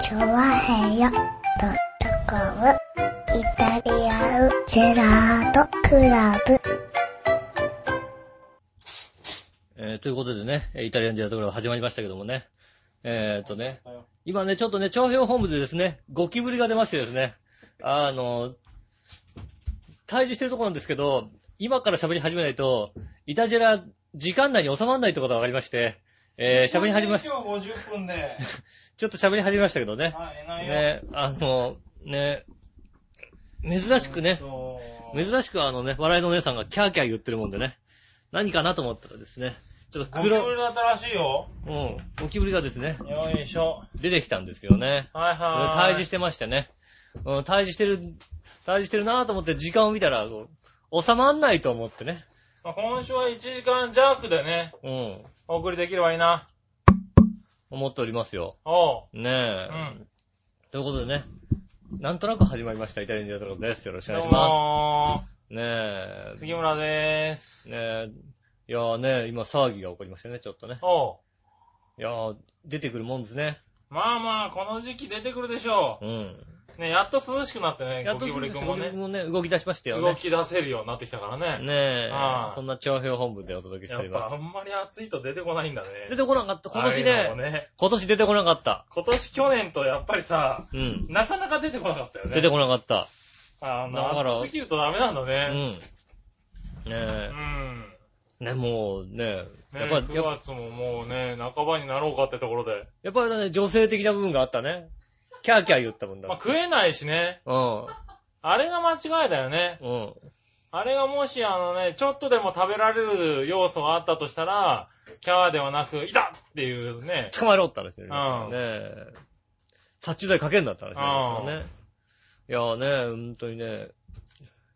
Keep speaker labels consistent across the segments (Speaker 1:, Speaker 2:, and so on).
Speaker 1: チョワヘヨドットコムイタリアンジェラートクラブ。
Speaker 2: えーということでね、えーイタリアンジェラートクラブ始まりましたけどもね。えー、っとね
Speaker 3: はいよ、
Speaker 2: 今ね、ちょっとね、長編本部でですね、ゴキブリが出ましてですね、あの、退治してるとこなんですけど、今から喋り始めないと、イタジェラ、時間内に収まらないってことが分かりまして、えー、喋り始めまし、
Speaker 3: 今日50分 で。
Speaker 2: ちょっと喋り始めましたけどね。
Speaker 3: はい、えないよ。
Speaker 2: ね、あの、ね、珍しくね、
Speaker 3: そう
Speaker 2: 珍しくあのね、笑いのお姉さんがキャーキャー言ってるもんでね、何かなと思ったらですね、ちょっと
Speaker 3: ゴキブ
Speaker 2: 黒
Speaker 3: リ、だったらしいよ。
Speaker 2: うん、ゴキブリがですね、
Speaker 3: よいしょ。
Speaker 2: 出てきたんですよね。
Speaker 3: はいは
Speaker 2: 退
Speaker 3: い。
Speaker 2: 治してましてね。うん、退治してる、退治してるなぁと思って時間を見たら、こう収まんないと思ってね。
Speaker 3: まあ今週は1時間弱でね、
Speaker 2: うん、
Speaker 3: お送りできればいいな。
Speaker 2: 思っておりますよ。
Speaker 3: おう。
Speaker 2: ねえ。
Speaker 3: うん
Speaker 2: ということでね、なんとなく始まりました、イタリアンジェラートクラブです。よろしくお願い
Speaker 3: ど
Speaker 2: し
Speaker 3: う
Speaker 2: ま
Speaker 3: も
Speaker 2: す。ねえ
Speaker 3: ー。杉村でーす。
Speaker 2: ねえ。いやーね、今騒ぎが起こりましたね、ちょっとね。
Speaker 3: おう。
Speaker 2: いやー、出てくるもんですね。
Speaker 3: まあまあ、この時期出てくるでしょ
Speaker 2: うん。
Speaker 3: う。ね、やっと涼しくなってね、
Speaker 2: やっと
Speaker 3: ゴキ
Speaker 2: そ
Speaker 3: ブ
Speaker 2: う
Speaker 3: リ
Speaker 2: です
Speaker 3: 君
Speaker 2: ね、
Speaker 3: も
Speaker 2: 僕
Speaker 3: ね、
Speaker 2: もね、動き出しましたよ
Speaker 3: 動
Speaker 2: ね。
Speaker 3: き出せるようになってきたからね。
Speaker 2: ねえ
Speaker 3: は。い
Speaker 2: そんな長編本部でお届けして
Speaker 3: や
Speaker 2: お
Speaker 3: っ
Speaker 2: り
Speaker 3: ぱ
Speaker 2: ま
Speaker 3: あんまり暑いと出てこないんだね。
Speaker 2: す。出てこなかった、今
Speaker 3: ああ
Speaker 2: 年
Speaker 3: いうのも
Speaker 2: ね。
Speaker 3: ね。
Speaker 2: 今年出てこなかった。
Speaker 3: 今年去年とやっぱりさ、
Speaker 2: うん。
Speaker 3: なかなか出てこなかったよね。
Speaker 2: 出てこなかった。
Speaker 3: あ
Speaker 2: だから
Speaker 3: の、暑すぎるとダメなんだ
Speaker 2: う
Speaker 3: ね。
Speaker 2: ん。ね
Speaker 3: う
Speaker 2: え。
Speaker 3: ん。
Speaker 2: ね、もうね、
Speaker 3: ね
Speaker 2: やっぱり、
Speaker 3: 9
Speaker 2: やっぱ
Speaker 3: 月ももうね、半ばになろうかってところで。
Speaker 2: やっぱりね、女性的な部分があったね。キャーキャー言ったもんだ
Speaker 3: まあ。食えないしね。
Speaker 2: うん。
Speaker 3: あれが間違いだよね。
Speaker 2: うん。
Speaker 3: あれがもしあのね、ちょっとでも食べられる要素があったとしたら、キャーではなく、いたっていうね。
Speaker 2: 捕まえろって話になりま
Speaker 3: うん
Speaker 2: すよね。殺虫剤かけんなって話になりますからね。いやーね、ほんとにね、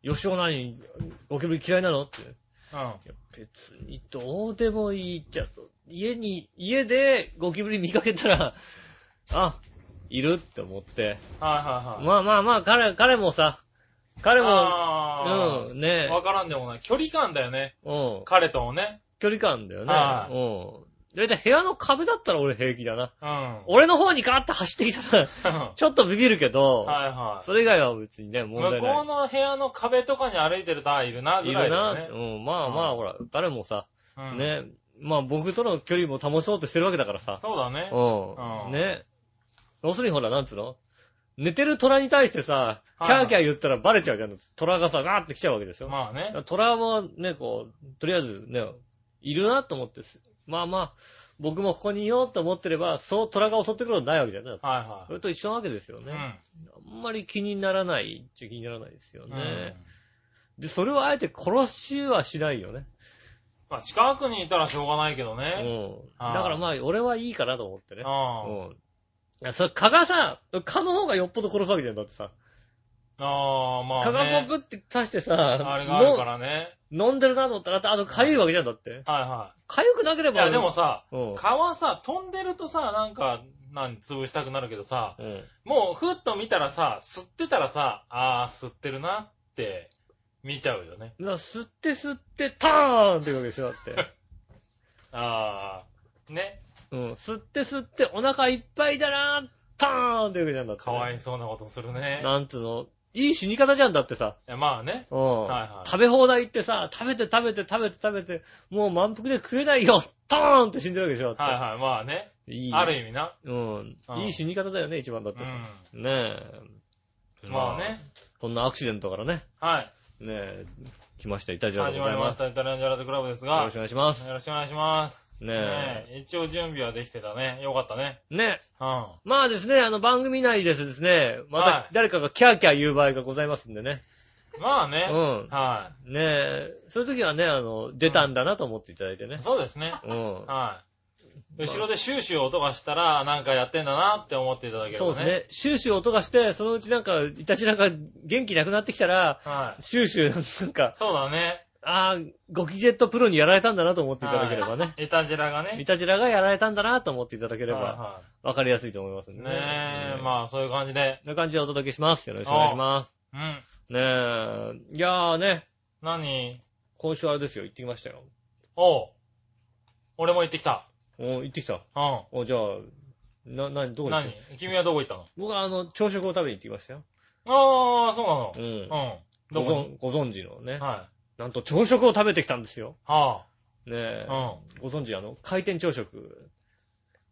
Speaker 2: 吉尾何、ゴキブリ嫌いなのって。
Speaker 3: うん。
Speaker 2: いや、別にどうでもいいじゃん、家に、家でゴキブリ見かけたら、 あ、いるって思って。
Speaker 3: はいはいはい。
Speaker 2: まあまあまあ、彼、彼もさ、彼も、
Speaker 3: あ
Speaker 2: う
Speaker 3: ー
Speaker 2: ん、ね
Speaker 3: わからんでもない。距離感だよね。
Speaker 2: うん、
Speaker 3: 彼ともね。
Speaker 2: 距離感だよね。
Speaker 3: は
Speaker 2: うん。だいたい部屋の壁だったら俺平気だな。
Speaker 3: うん。 はい、
Speaker 2: 俺の方にガーッて走ってきたら
Speaker 3: は
Speaker 2: ちょっとビビるけど、
Speaker 3: い。
Speaker 2: それ以外は別にね、問題な
Speaker 3: 向
Speaker 2: い。
Speaker 3: こうの部屋の壁とかに歩いてると、あ、いるな、ぐ
Speaker 2: い
Speaker 3: らい
Speaker 2: る
Speaker 3: だよ
Speaker 2: な、
Speaker 3: ね。
Speaker 2: うん、まあまあ、
Speaker 3: うん
Speaker 2: ほら、彼もさ、
Speaker 3: うん。
Speaker 2: ね、まあ僕との距離も保そうとしてるわけだからさ、
Speaker 3: そうだね。
Speaker 2: う。
Speaker 3: うんん
Speaker 2: ね。要するにほら、なんつうの寝てる虎に対してさ、
Speaker 3: はい
Speaker 2: キャーキャー言ったらバレちゃうじゃん。虎がさ、ガーって来ちゃうわけでしょ。
Speaker 3: まあね。
Speaker 2: 虎はね、こう、とりあえずね、いるなと思ってす、まあまあ、僕もここにいようと思ってれば、そう虎が襲ってくることないわけじゃない。
Speaker 3: は
Speaker 2: それと一緒なわけですよ
Speaker 3: いはい。う
Speaker 2: ね。
Speaker 3: ん。
Speaker 2: あんまり気にならないっちゃ気にならないですよ
Speaker 3: うん
Speaker 2: ね。で、それをあえて殺しはしないよね。
Speaker 3: まあ、近くにいたらしょうがないけど
Speaker 2: う
Speaker 3: ね。
Speaker 2: ん。
Speaker 3: あー
Speaker 2: だからまあ、俺はいいかなと思ってね。
Speaker 3: あ
Speaker 2: うん。いや、それ、蚊がさ、蚊の方がよっぽど殺すわけじゃん、だってさ。
Speaker 3: あ。ああ、まあ
Speaker 2: 蚊がこう
Speaker 3: ね。
Speaker 2: ぶって刺してさ、
Speaker 3: あれがあるからね。
Speaker 2: の飲んでるなと思ったら、あと痒いわけじゃん、だって。
Speaker 3: は
Speaker 2: 痒くなけれ
Speaker 3: い
Speaker 2: ば。
Speaker 3: はい。いや、でも、さ、
Speaker 2: うん。
Speaker 3: 蚊はさ、飛んでるとさ、なんか、なん、潰したくなるけどさ、
Speaker 2: うん。
Speaker 3: もう、ふっと見たらさ、吸ってたらさ、ああ、吸ってるなって、見ちゃうよね。
Speaker 2: だから吸って吸って、ターンっていうわけでしょ、だって。
Speaker 3: ああ、ね。
Speaker 2: うん。吸って吸って、お腹いっぱいだなー、ターンっていうわけじゃん、だって。
Speaker 3: かわいそうなことするね。
Speaker 2: なんつうの、いい死に方じゃん、だってさ。
Speaker 3: いやまあね。
Speaker 2: うん。
Speaker 3: いはい
Speaker 2: 食べ放題行ってさ、食べて食べて食べて食べて、もう満腹で食えないよ、ターンって死んでるわけでしょ、だって。
Speaker 3: はいはい、まあね。
Speaker 2: い、い
Speaker 3: ある意味な。
Speaker 2: うん
Speaker 3: う。ん
Speaker 2: いい死に方だよね、一番だっ
Speaker 3: う
Speaker 2: てさ。
Speaker 3: ん。
Speaker 2: ねえ。
Speaker 3: まあ。ね。
Speaker 2: こんなアクシデントからね、
Speaker 3: はい。
Speaker 2: ねえ、来ました、イタジアで
Speaker 3: 始
Speaker 2: ご
Speaker 3: ま
Speaker 2: ざ
Speaker 3: り
Speaker 2: い
Speaker 3: ま
Speaker 2: ま
Speaker 3: し
Speaker 2: す。よ
Speaker 3: た、イタリアンジャラートクラブですが。
Speaker 2: ろしくお願いします。
Speaker 3: よろしくお願いします。
Speaker 2: ね
Speaker 3: ねえ一応準備はできてたね。よかったね。
Speaker 2: え。ねえ。
Speaker 3: うん。
Speaker 2: まあですね、あの番組内ですですね、ま
Speaker 3: は
Speaker 2: た
Speaker 3: い
Speaker 2: 誰かがキャーキャー言う場合がございますんでね。
Speaker 3: まあ
Speaker 2: う
Speaker 3: ね。
Speaker 2: ん。
Speaker 3: は
Speaker 2: ねえ、そういう時はね、あの、出たんだなと思っていただいてね
Speaker 3: い。。そうですね。
Speaker 2: うん。
Speaker 3: はい。後ろでシューシュー音がしたら、なんかやってんだなって思っていただければ
Speaker 2: そう
Speaker 3: ね。
Speaker 2: です。ね。シューシュー音がして、そのうちなんか、イタチなんか元気なくなってきたら、
Speaker 3: はい。
Speaker 2: シューシューなんか、
Speaker 3: そうだね。
Speaker 2: ああ、ゴキジェットプロにやられたんだなと思っていただければね。
Speaker 3: イタジラがね。
Speaker 2: イタジラがやられたんだなと思っていただければ、
Speaker 3: は
Speaker 2: わかりやすいと思いますん
Speaker 3: い
Speaker 2: で
Speaker 3: はい。
Speaker 2: ね。
Speaker 3: ねえ、
Speaker 2: あ。
Speaker 3: まあそういう感じで。
Speaker 2: そんな感じでお届けします。よろしくお願いします。
Speaker 3: うん。
Speaker 2: ねえ、いやーね、
Speaker 3: 何
Speaker 2: 今週あれですよ、行ってきましたよ。
Speaker 3: おう。俺も行ってきた。
Speaker 2: お行ってきた。
Speaker 3: うん。
Speaker 2: おじゃあ、な、な、どこ行った
Speaker 3: 何君はどこ行ったの
Speaker 2: 僕はあの、朝食を食べに行ってきましたよ。
Speaker 3: ああ、そう
Speaker 2: う。
Speaker 3: なんの。うん。
Speaker 2: ご
Speaker 3: どこ
Speaker 2: 存
Speaker 3: に
Speaker 2: ご存知のね。
Speaker 3: は
Speaker 2: なんと朝食を食べてきたんですよ。
Speaker 3: い。は
Speaker 2: ねえ。
Speaker 3: あ。う
Speaker 2: ご
Speaker 3: ん。
Speaker 2: 存知あの、回転朝食。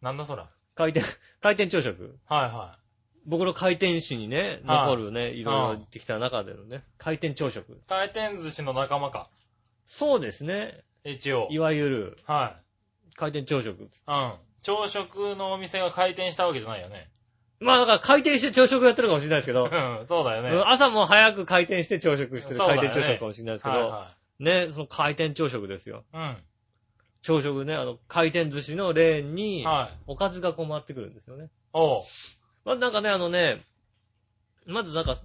Speaker 3: なんだそら。
Speaker 2: 回転、 回転朝食。
Speaker 3: はいは
Speaker 2: 僕の回転史にね、
Speaker 3: はい
Speaker 2: 残るね、いろいろ行ってきた中でのね、回転朝食。
Speaker 3: い。回転寿司の仲間か。
Speaker 2: そうですね。
Speaker 3: 一応
Speaker 2: い。わゆる、
Speaker 3: は
Speaker 2: 回転朝食。
Speaker 3: い。うん。朝食のお店が回転したわけじゃないよね。
Speaker 2: まあだから回転して朝食やってるかもしれないですけ ど、
Speaker 3: うん、そうだよね。
Speaker 2: うん朝も早く回転して朝食してる
Speaker 3: そう
Speaker 2: 回
Speaker 3: だよね
Speaker 2: 転朝食かもしれないですけど、
Speaker 3: は
Speaker 2: ね、その回転朝食ですよ。
Speaker 3: いはい。
Speaker 2: 朝食ね、あの、回転寿司のレーン
Speaker 3: うん。
Speaker 2: に、
Speaker 3: はい。
Speaker 2: おかずがこう回ってくるんですよね。
Speaker 3: おう。
Speaker 2: まずなんかね、あのね、まずなんか、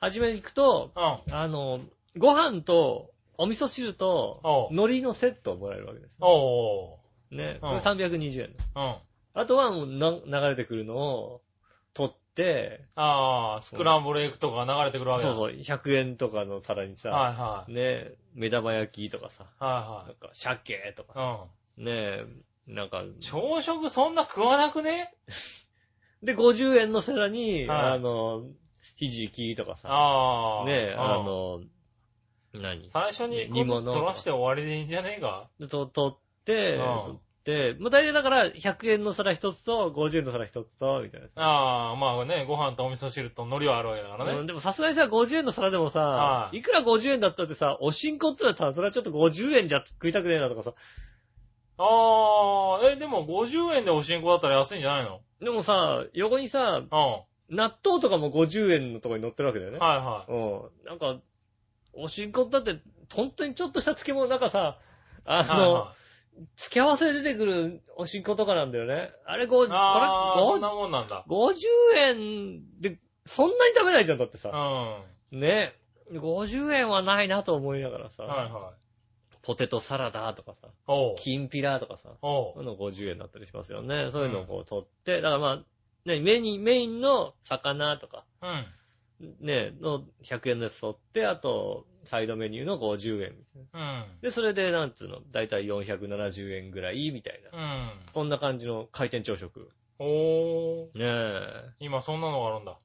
Speaker 2: 初めに行くと、
Speaker 3: うん。
Speaker 2: あの、ご飯と、お味噌汁と
Speaker 3: お、
Speaker 2: 海苔のセットをもらえるわけです。
Speaker 3: おう。
Speaker 2: ね。こ
Speaker 3: うん
Speaker 2: れ320円。
Speaker 3: うん。
Speaker 2: あとはもうな流れてくるのを取って、
Speaker 3: ああ、スクランブルエッグとかが流れてく
Speaker 2: そ
Speaker 3: るわ
Speaker 2: う
Speaker 3: けだ。
Speaker 2: そう、100円とかの皿に
Speaker 3: は
Speaker 2: さ、
Speaker 3: いは
Speaker 2: ね、目玉焼きとかさ、
Speaker 3: い。は
Speaker 2: なんか鮭と
Speaker 3: い
Speaker 2: か、
Speaker 3: は
Speaker 2: ね、なんか、
Speaker 3: い。うん。朝食そんな食わなくね
Speaker 2: で、50円の皿に、
Speaker 3: はい
Speaker 2: あの、ひじきとかさ、
Speaker 3: ああ。
Speaker 2: ねえ、
Speaker 3: うん
Speaker 2: あ、の、何
Speaker 3: 最初に
Speaker 2: 煮
Speaker 3: 煮
Speaker 2: 物と
Speaker 3: 物
Speaker 2: か
Speaker 3: 取らして終わりでいいんじゃねえか
Speaker 2: と、取って、
Speaker 3: うん
Speaker 2: 取って、まあ大体だから100円の皿一つと50円の皿一つと、みたいな。
Speaker 3: ああ、まあね、ご飯とお味噌汁と海苔はあるわけだから
Speaker 2: うん
Speaker 3: ね。
Speaker 2: でもさすがにさ、50円の皿でもさ
Speaker 3: は、い
Speaker 2: いくら50円だったってさ、おしんこってのはさ、それはちょっと50円じゃ食いたくねえなとかさ。
Speaker 3: ああ、え、でも50円でおしんこだったら安いんじゃないの
Speaker 2: でもさ、横にさ、
Speaker 3: うん。
Speaker 2: 納豆とかも50円のとこに乗ってるわけだよね。
Speaker 3: はいは
Speaker 2: うん。なんか、おしんこだって、本当にちょっとした漬物、なんかさ、あ
Speaker 3: い。はい
Speaker 2: の、
Speaker 3: はい
Speaker 2: 付け合わせで出てくるおしんことかなんだよね。あれ、こうこれ、
Speaker 3: ああ、そん
Speaker 2: ご
Speaker 3: なもんなんだ。
Speaker 2: 50円で、そんなに食べないじゃん、だって
Speaker 3: うん。
Speaker 2: さ。
Speaker 3: は
Speaker 2: ね。50円はないなと思いながらさ、
Speaker 3: いはい。
Speaker 2: ポテトサラダとかさ、
Speaker 3: おう。
Speaker 2: きんぴらとかさ、
Speaker 3: お
Speaker 2: そう
Speaker 3: う。
Speaker 2: いうの50円だったりしますよね。そういうのをこう取って、だからまあ、ね、メイン、メインの魚とか、
Speaker 3: うん。
Speaker 2: ね、の100円のやつ取って、あと、サイドメニューの50円みたいな。
Speaker 3: うん。
Speaker 2: で、それで、なんつうの、だいたい470円ぐらい、みたいな。
Speaker 3: うん。
Speaker 2: こんな感じの回転朝食。
Speaker 3: おー。
Speaker 2: ねえ。
Speaker 3: 今そんなのがあるんだ。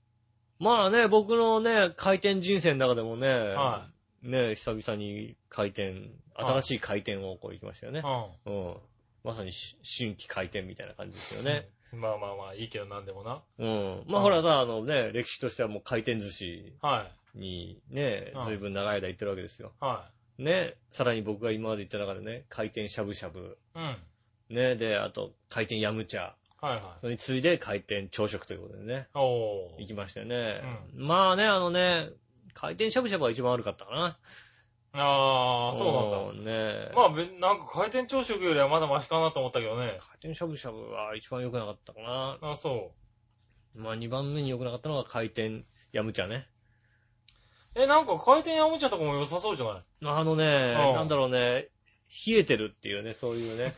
Speaker 2: まあね、僕のね、回転人生の中でもね、
Speaker 3: は
Speaker 2: ねえ、久々に回転、新しい回転をこう行きましたよね。
Speaker 3: う
Speaker 2: うん。まさにし新規回転みたいな感じですよ
Speaker 3: ん。
Speaker 2: ね。。
Speaker 3: まあまあまあ、いいけどなんでもな。
Speaker 2: うん。まあ
Speaker 3: うん
Speaker 2: ほらさ、あのね、歴史としてはもう回転寿司
Speaker 3: はい。
Speaker 2: にね
Speaker 3: う、ん
Speaker 2: ずいぶん長い間行ってるわけですよ。
Speaker 3: は
Speaker 2: ね。さらに僕が今まで行った中でね、回転しゃぶしゃぶ。
Speaker 3: い。うん。はい
Speaker 2: ね。で、あと、回転ヤムチャ。
Speaker 3: はい。
Speaker 2: それに次いで回転朝食ということでね、
Speaker 3: お
Speaker 2: 行
Speaker 3: ー。
Speaker 2: きましたよね。まあね、あのね、回転しゃぶしゃぶは一番悪かったかな。
Speaker 3: ああ、そうなんだ。
Speaker 2: んだ。ねえ。
Speaker 3: まあ、べなんか回転朝食よりはまだマシかなと思ったけどね。
Speaker 2: 回転しゃぶしゃぶは一番良くなかったかな。
Speaker 3: あそ
Speaker 2: まあ、二番目に良くなかったのが回転ヤムチャね。
Speaker 3: う。え、なんか回転おもちゃとかも良さそうじゃない
Speaker 2: あのね、
Speaker 3: うん
Speaker 2: なんだろうね、冷えてるっていうね、そういうね。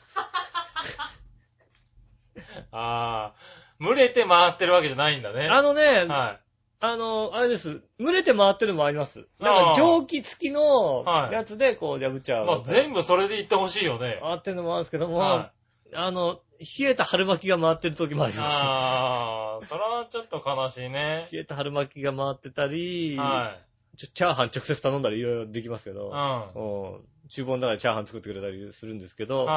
Speaker 3: ああ、群れて回ってるわけじゃないんだね。
Speaker 2: あのね、
Speaker 3: は
Speaker 2: あの、あれです。群れて回ってるのもあります。なんか蒸気付きの
Speaker 3: はい
Speaker 2: やつで、こう、ヤムチャ
Speaker 3: い。
Speaker 2: を。
Speaker 3: まあ、全
Speaker 2: 部。
Speaker 3: 部それで言ってほしいよね。
Speaker 2: 回ってるのもあるんですけども、
Speaker 3: は
Speaker 2: あの、冷えた春巻きが回ってる時もあ
Speaker 3: い
Speaker 2: りま
Speaker 3: ああ、それはちょっと悲しいね
Speaker 2: す。。 冷えた春巻きが回ってたり、
Speaker 3: は
Speaker 2: ちょチャーハン直接頼んだりいろいろできますけど。
Speaker 3: い。うん。は
Speaker 2: うん厨房の中でチャーハン作ってくれたりするんですけど、
Speaker 3: い。
Speaker 2: う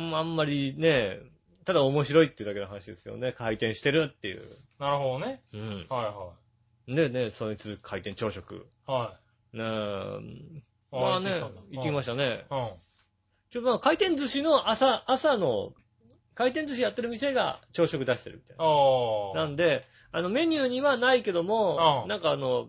Speaker 2: んあんまりね、ただ面白いっていうだけの話ですよね。回転してるっていう。
Speaker 3: なるほどね。
Speaker 2: うん。
Speaker 3: はいは
Speaker 2: でね、それに続く回転朝食。
Speaker 3: い。は
Speaker 2: ねえ
Speaker 3: い。
Speaker 2: まあね、行ってきまし
Speaker 3: し
Speaker 2: たね。
Speaker 3: たんだ。
Speaker 2: ちょ、まあ回転寿司の朝、朝の、回転寿司やってる店が朝食出してるみたいな。
Speaker 3: うん。あ
Speaker 2: なんで、あのメニューにはないけども
Speaker 3: う、ん
Speaker 2: なんかあの、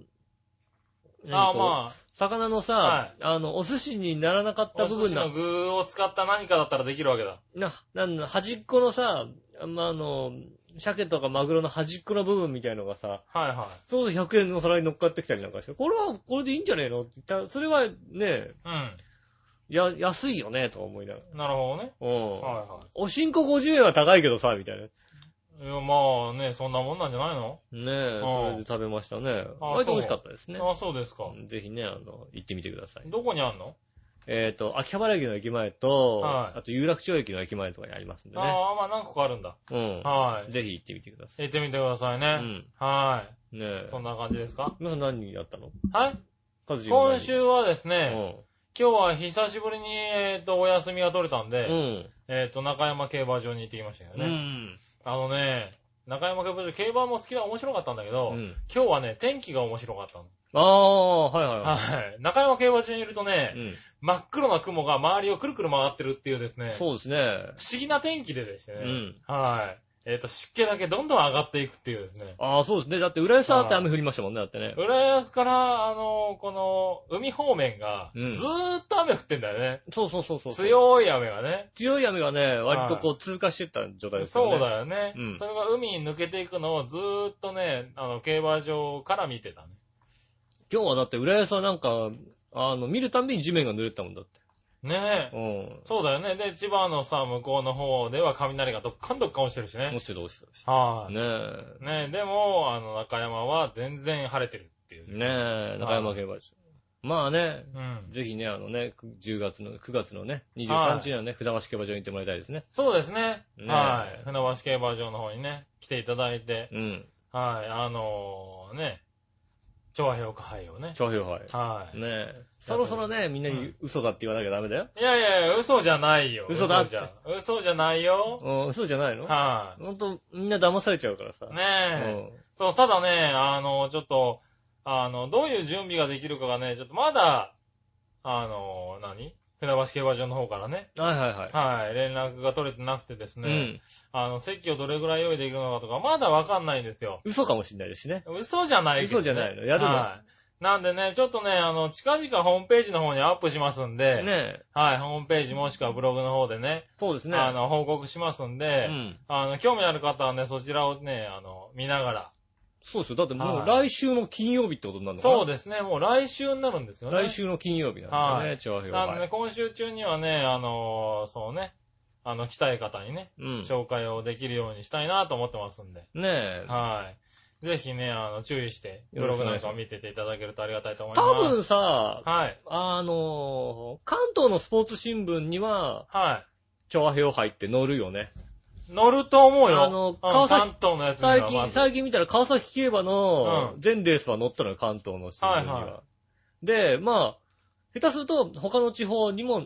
Speaker 3: あ。あ
Speaker 2: 何こ
Speaker 3: あ、
Speaker 2: う
Speaker 3: ま
Speaker 2: 魚のさ、
Speaker 3: はい
Speaker 2: あの、お寿司にならなかっ
Speaker 3: あ、
Speaker 2: た
Speaker 3: お
Speaker 2: 部
Speaker 3: 寿
Speaker 2: 分
Speaker 3: 司
Speaker 2: な
Speaker 3: の具を使った何かだったらできるわけだ。
Speaker 2: な、なんだ、端っこのさ、あまあ、あの、鮭とかマグロの端っこの部分みたいのがさ、
Speaker 3: はいは
Speaker 2: そうすると100円のお皿に乗っかってきたりなんかして、これは、これでいいんじゃねえのって言ったら、それはね、
Speaker 3: い。
Speaker 2: や、安いよね、とか思いながら。
Speaker 3: うん。なるほどね。
Speaker 2: うん。
Speaker 3: はいはい。
Speaker 2: おしんこ50円は高いけどさ、みたいな。ね
Speaker 3: いや、まあね、そんなもんなんじゃないの、
Speaker 2: え、それで食べましたね。
Speaker 3: あ
Speaker 2: 割と美味しかったですね。
Speaker 3: ああ、そうですか。
Speaker 2: ぜひね、あの、行ってみてください。
Speaker 3: どこにあんの
Speaker 2: えっ、と、秋葉原駅の駅前と、
Speaker 3: はい
Speaker 2: あと有楽町駅の駅前とかにありますんでね。
Speaker 3: ああ、まあ何個かあるんだ。
Speaker 2: うん。
Speaker 3: はい。
Speaker 2: ぜひ行ってみてくださ
Speaker 3: 行ってみてください
Speaker 2: い。う
Speaker 3: ね。
Speaker 2: ん。
Speaker 3: は
Speaker 2: ねえ
Speaker 3: い。。そんな感じですか
Speaker 2: 皆さん何やったの
Speaker 3: はい。
Speaker 2: カズチ君は何
Speaker 3: 今週はですね、
Speaker 2: う
Speaker 3: 今日は久しぶりに、えっと、お休みが取れたん
Speaker 2: ん。う
Speaker 3: で、
Speaker 2: ん。
Speaker 3: えっと、中山競馬場に行ってきましたよ
Speaker 2: う
Speaker 3: ね。
Speaker 2: ん。
Speaker 3: あのね、中山競馬場、競馬も好きだ、面白かったんだけど
Speaker 2: う、ん。
Speaker 3: 今日はね、天気が面白かったの。
Speaker 2: ああ、はいはいは
Speaker 3: はい。中山競馬場にいるとね
Speaker 2: い。、うん。
Speaker 3: 真っ黒な雲が周りをくるくる回ってるっていうですね、不
Speaker 2: そうですね。
Speaker 3: 思議な天気ででした
Speaker 2: う
Speaker 3: ね。
Speaker 2: ん。
Speaker 3: はい。えっ、と、湿気だけどんどん上がっていくっていうですね。
Speaker 2: ああ、そうですね。だって、浦安だって雨降りましたもんね、だってね。
Speaker 3: 浦安から、あのこの、海方面が、ず
Speaker 2: うん
Speaker 3: ーっと雨降ってんだよね。
Speaker 2: そうそうそうそう。
Speaker 3: 強い雨がね。
Speaker 2: 強い雨がね、割とこう通過してった状態ですよね。
Speaker 3: そうだよね、
Speaker 2: うん
Speaker 3: それが海に抜けていくのをずーっとね、あの、競馬場から見てたね。
Speaker 2: 今日はだって、浦安はなんか、あの、見るたんびに地面が濡れてたもんだって。
Speaker 3: ねえ。
Speaker 2: うん。
Speaker 3: そうだよね。で、千葉のさ、向こうの方では雷がどっかんどっかん落ちてるしね
Speaker 2: 落。ちてる落ちてる落ちて
Speaker 3: はい、
Speaker 2: る。ね
Speaker 3: ねえ、でも、あの、中山は全然晴れてるっていう。
Speaker 2: え。ねえ、中山競馬場。まあね、
Speaker 3: うん。
Speaker 2: ぜひね、あのね、く10月の、9月のね、23日にはね、船橋競馬場に行ってもらいたいですね。
Speaker 3: そうですね。
Speaker 2: ねえ
Speaker 3: はい。船橋競馬場の方にね、来ていただいて、
Speaker 2: うん。
Speaker 3: はい、あのー、ね、調和評価杯をね。
Speaker 2: 超平杯。
Speaker 3: はい。
Speaker 2: ねえ。そろそろね、みんな
Speaker 3: う
Speaker 2: に
Speaker 3: ん
Speaker 2: 嘘だって言わなきゃダメだよ。
Speaker 3: いやいやいや、嘘じゃないよ。
Speaker 2: 嘘だって
Speaker 3: じゃ。嘘じゃないよ。
Speaker 2: うん、嘘じゃないの
Speaker 3: は
Speaker 2: ほんと、みんな騙されちゃうからさ。
Speaker 3: い。ねえ。そう、ただね、あの、ちょっと、あの、どういう準備ができるかがね、ちょっとまだ、あの、何船橋競馬場の方からね。
Speaker 2: うん。はいはいはい。
Speaker 3: はい、連絡が取れてなくてです
Speaker 2: う
Speaker 3: ね。
Speaker 2: ん。
Speaker 3: あの、席をどれぐらい用意できるのかとか、まだわかんないんですよ。
Speaker 2: 嘘かもしんないですしね。
Speaker 3: 嘘じゃないけど、ね。
Speaker 2: 嘘じゃないのやるの
Speaker 3: はい。なんでね、ちょっとね、あの、近々ホームページの方にアップしますんで、
Speaker 2: ねえ。
Speaker 3: はい、ホームページもしくはブログの方でね、
Speaker 2: そうですね。
Speaker 3: あの、報告しますん
Speaker 2: う
Speaker 3: で、
Speaker 2: ん。
Speaker 3: あの、興味ある方はね、そちらをね、あの、見ながら。
Speaker 2: そうですよ。だってもう
Speaker 3: は
Speaker 2: 来週の金曜日ってことになるのかな
Speaker 3: そうですね、もう来週になるんですよね。
Speaker 2: 来。週の金曜日なんですよね、調和表
Speaker 3: なんでね、
Speaker 2: が。
Speaker 3: 今週中にはね、あの、そうね、あの、来たい方にね、
Speaker 2: うん。
Speaker 3: 紹介をできるようにしたいなと思ってますんで。
Speaker 2: ねえ。
Speaker 3: はい。ぜひね、あの、注意して、ブ
Speaker 2: よろ
Speaker 3: ロ
Speaker 2: しく
Speaker 3: グ
Speaker 2: お願
Speaker 3: ないん
Speaker 2: し
Speaker 3: か
Speaker 2: ま
Speaker 3: を
Speaker 2: す
Speaker 3: 見てていただけるとありがたいと思い
Speaker 2: 多
Speaker 3: ます。
Speaker 2: 分さ、
Speaker 3: はい。
Speaker 2: あのー、関東のスポーツ新聞には、
Speaker 3: は
Speaker 2: 調和表入って載るよね。
Speaker 3: い。乗ると思うよ。
Speaker 2: あの
Speaker 3: うん
Speaker 2: 川崎
Speaker 3: 関東のやつには
Speaker 2: 最
Speaker 3: ま
Speaker 2: 近、
Speaker 3: ず
Speaker 2: 最近見たら川崎競馬の
Speaker 3: うん
Speaker 2: 全レースは載ったのよ、関東の新聞に
Speaker 3: はいは
Speaker 2: は。で、まあ、下手すると他の地方にも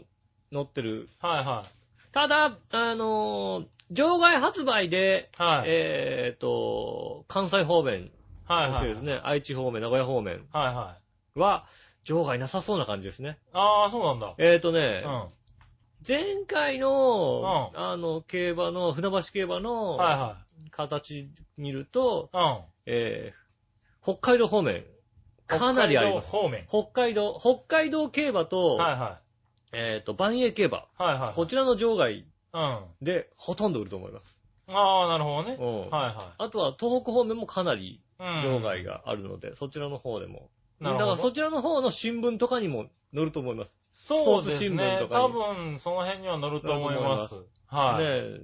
Speaker 2: 載ってる。
Speaker 3: はいは
Speaker 2: ただ、あのー、場外発売で、
Speaker 3: い。はい。
Speaker 2: えっと、関西方面、
Speaker 3: は
Speaker 2: そ
Speaker 3: い
Speaker 2: し
Speaker 3: は
Speaker 2: て
Speaker 3: い。
Speaker 2: ですね、愛知方面、名古屋方面
Speaker 3: はいはい。
Speaker 2: は、場外なさそうな感じですね。
Speaker 3: ああ、そうなんだ。
Speaker 2: えっ、ー、とね、
Speaker 3: う
Speaker 2: 前回の、
Speaker 3: う
Speaker 2: あの、競馬の、船橋競馬
Speaker 3: ん。
Speaker 2: の、
Speaker 3: は
Speaker 2: 形見ると、
Speaker 3: いはい。
Speaker 2: えー北海道方面、
Speaker 3: うん。
Speaker 2: かなりあります。
Speaker 3: 北海道方面。
Speaker 2: 北海道、北海道競馬と、
Speaker 3: はいは
Speaker 2: えっ、と、万栄競馬、
Speaker 3: い。はいはい。
Speaker 2: こちらの場外
Speaker 3: うん。あ
Speaker 2: でほとんど売ると思います。
Speaker 3: あー、なるほど
Speaker 2: う
Speaker 3: ね。
Speaker 2: ん。
Speaker 3: は
Speaker 2: あとは、東北方面もかなり
Speaker 3: いはい。うん。
Speaker 2: 場外があるので、そちらの方でも。
Speaker 3: なる
Speaker 2: だか
Speaker 3: ほ
Speaker 2: らそ
Speaker 3: ど。
Speaker 2: ちらの方の新聞とかにも載ると思います。
Speaker 3: そう
Speaker 2: ス
Speaker 3: で
Speaker 2: ポーツ
Speaker 3: す
Speaker 2: 新聞
Speaker 3: ね。
Speaker 2: とか
Speaker 3: 多
Speaker 2: に
Speaker 3: 分、その辺には乗ると思います
Speaker 2: 乗。
Speaker 3: は
Speaker 2: ね
Speaker 3: い。
Speaker 2: え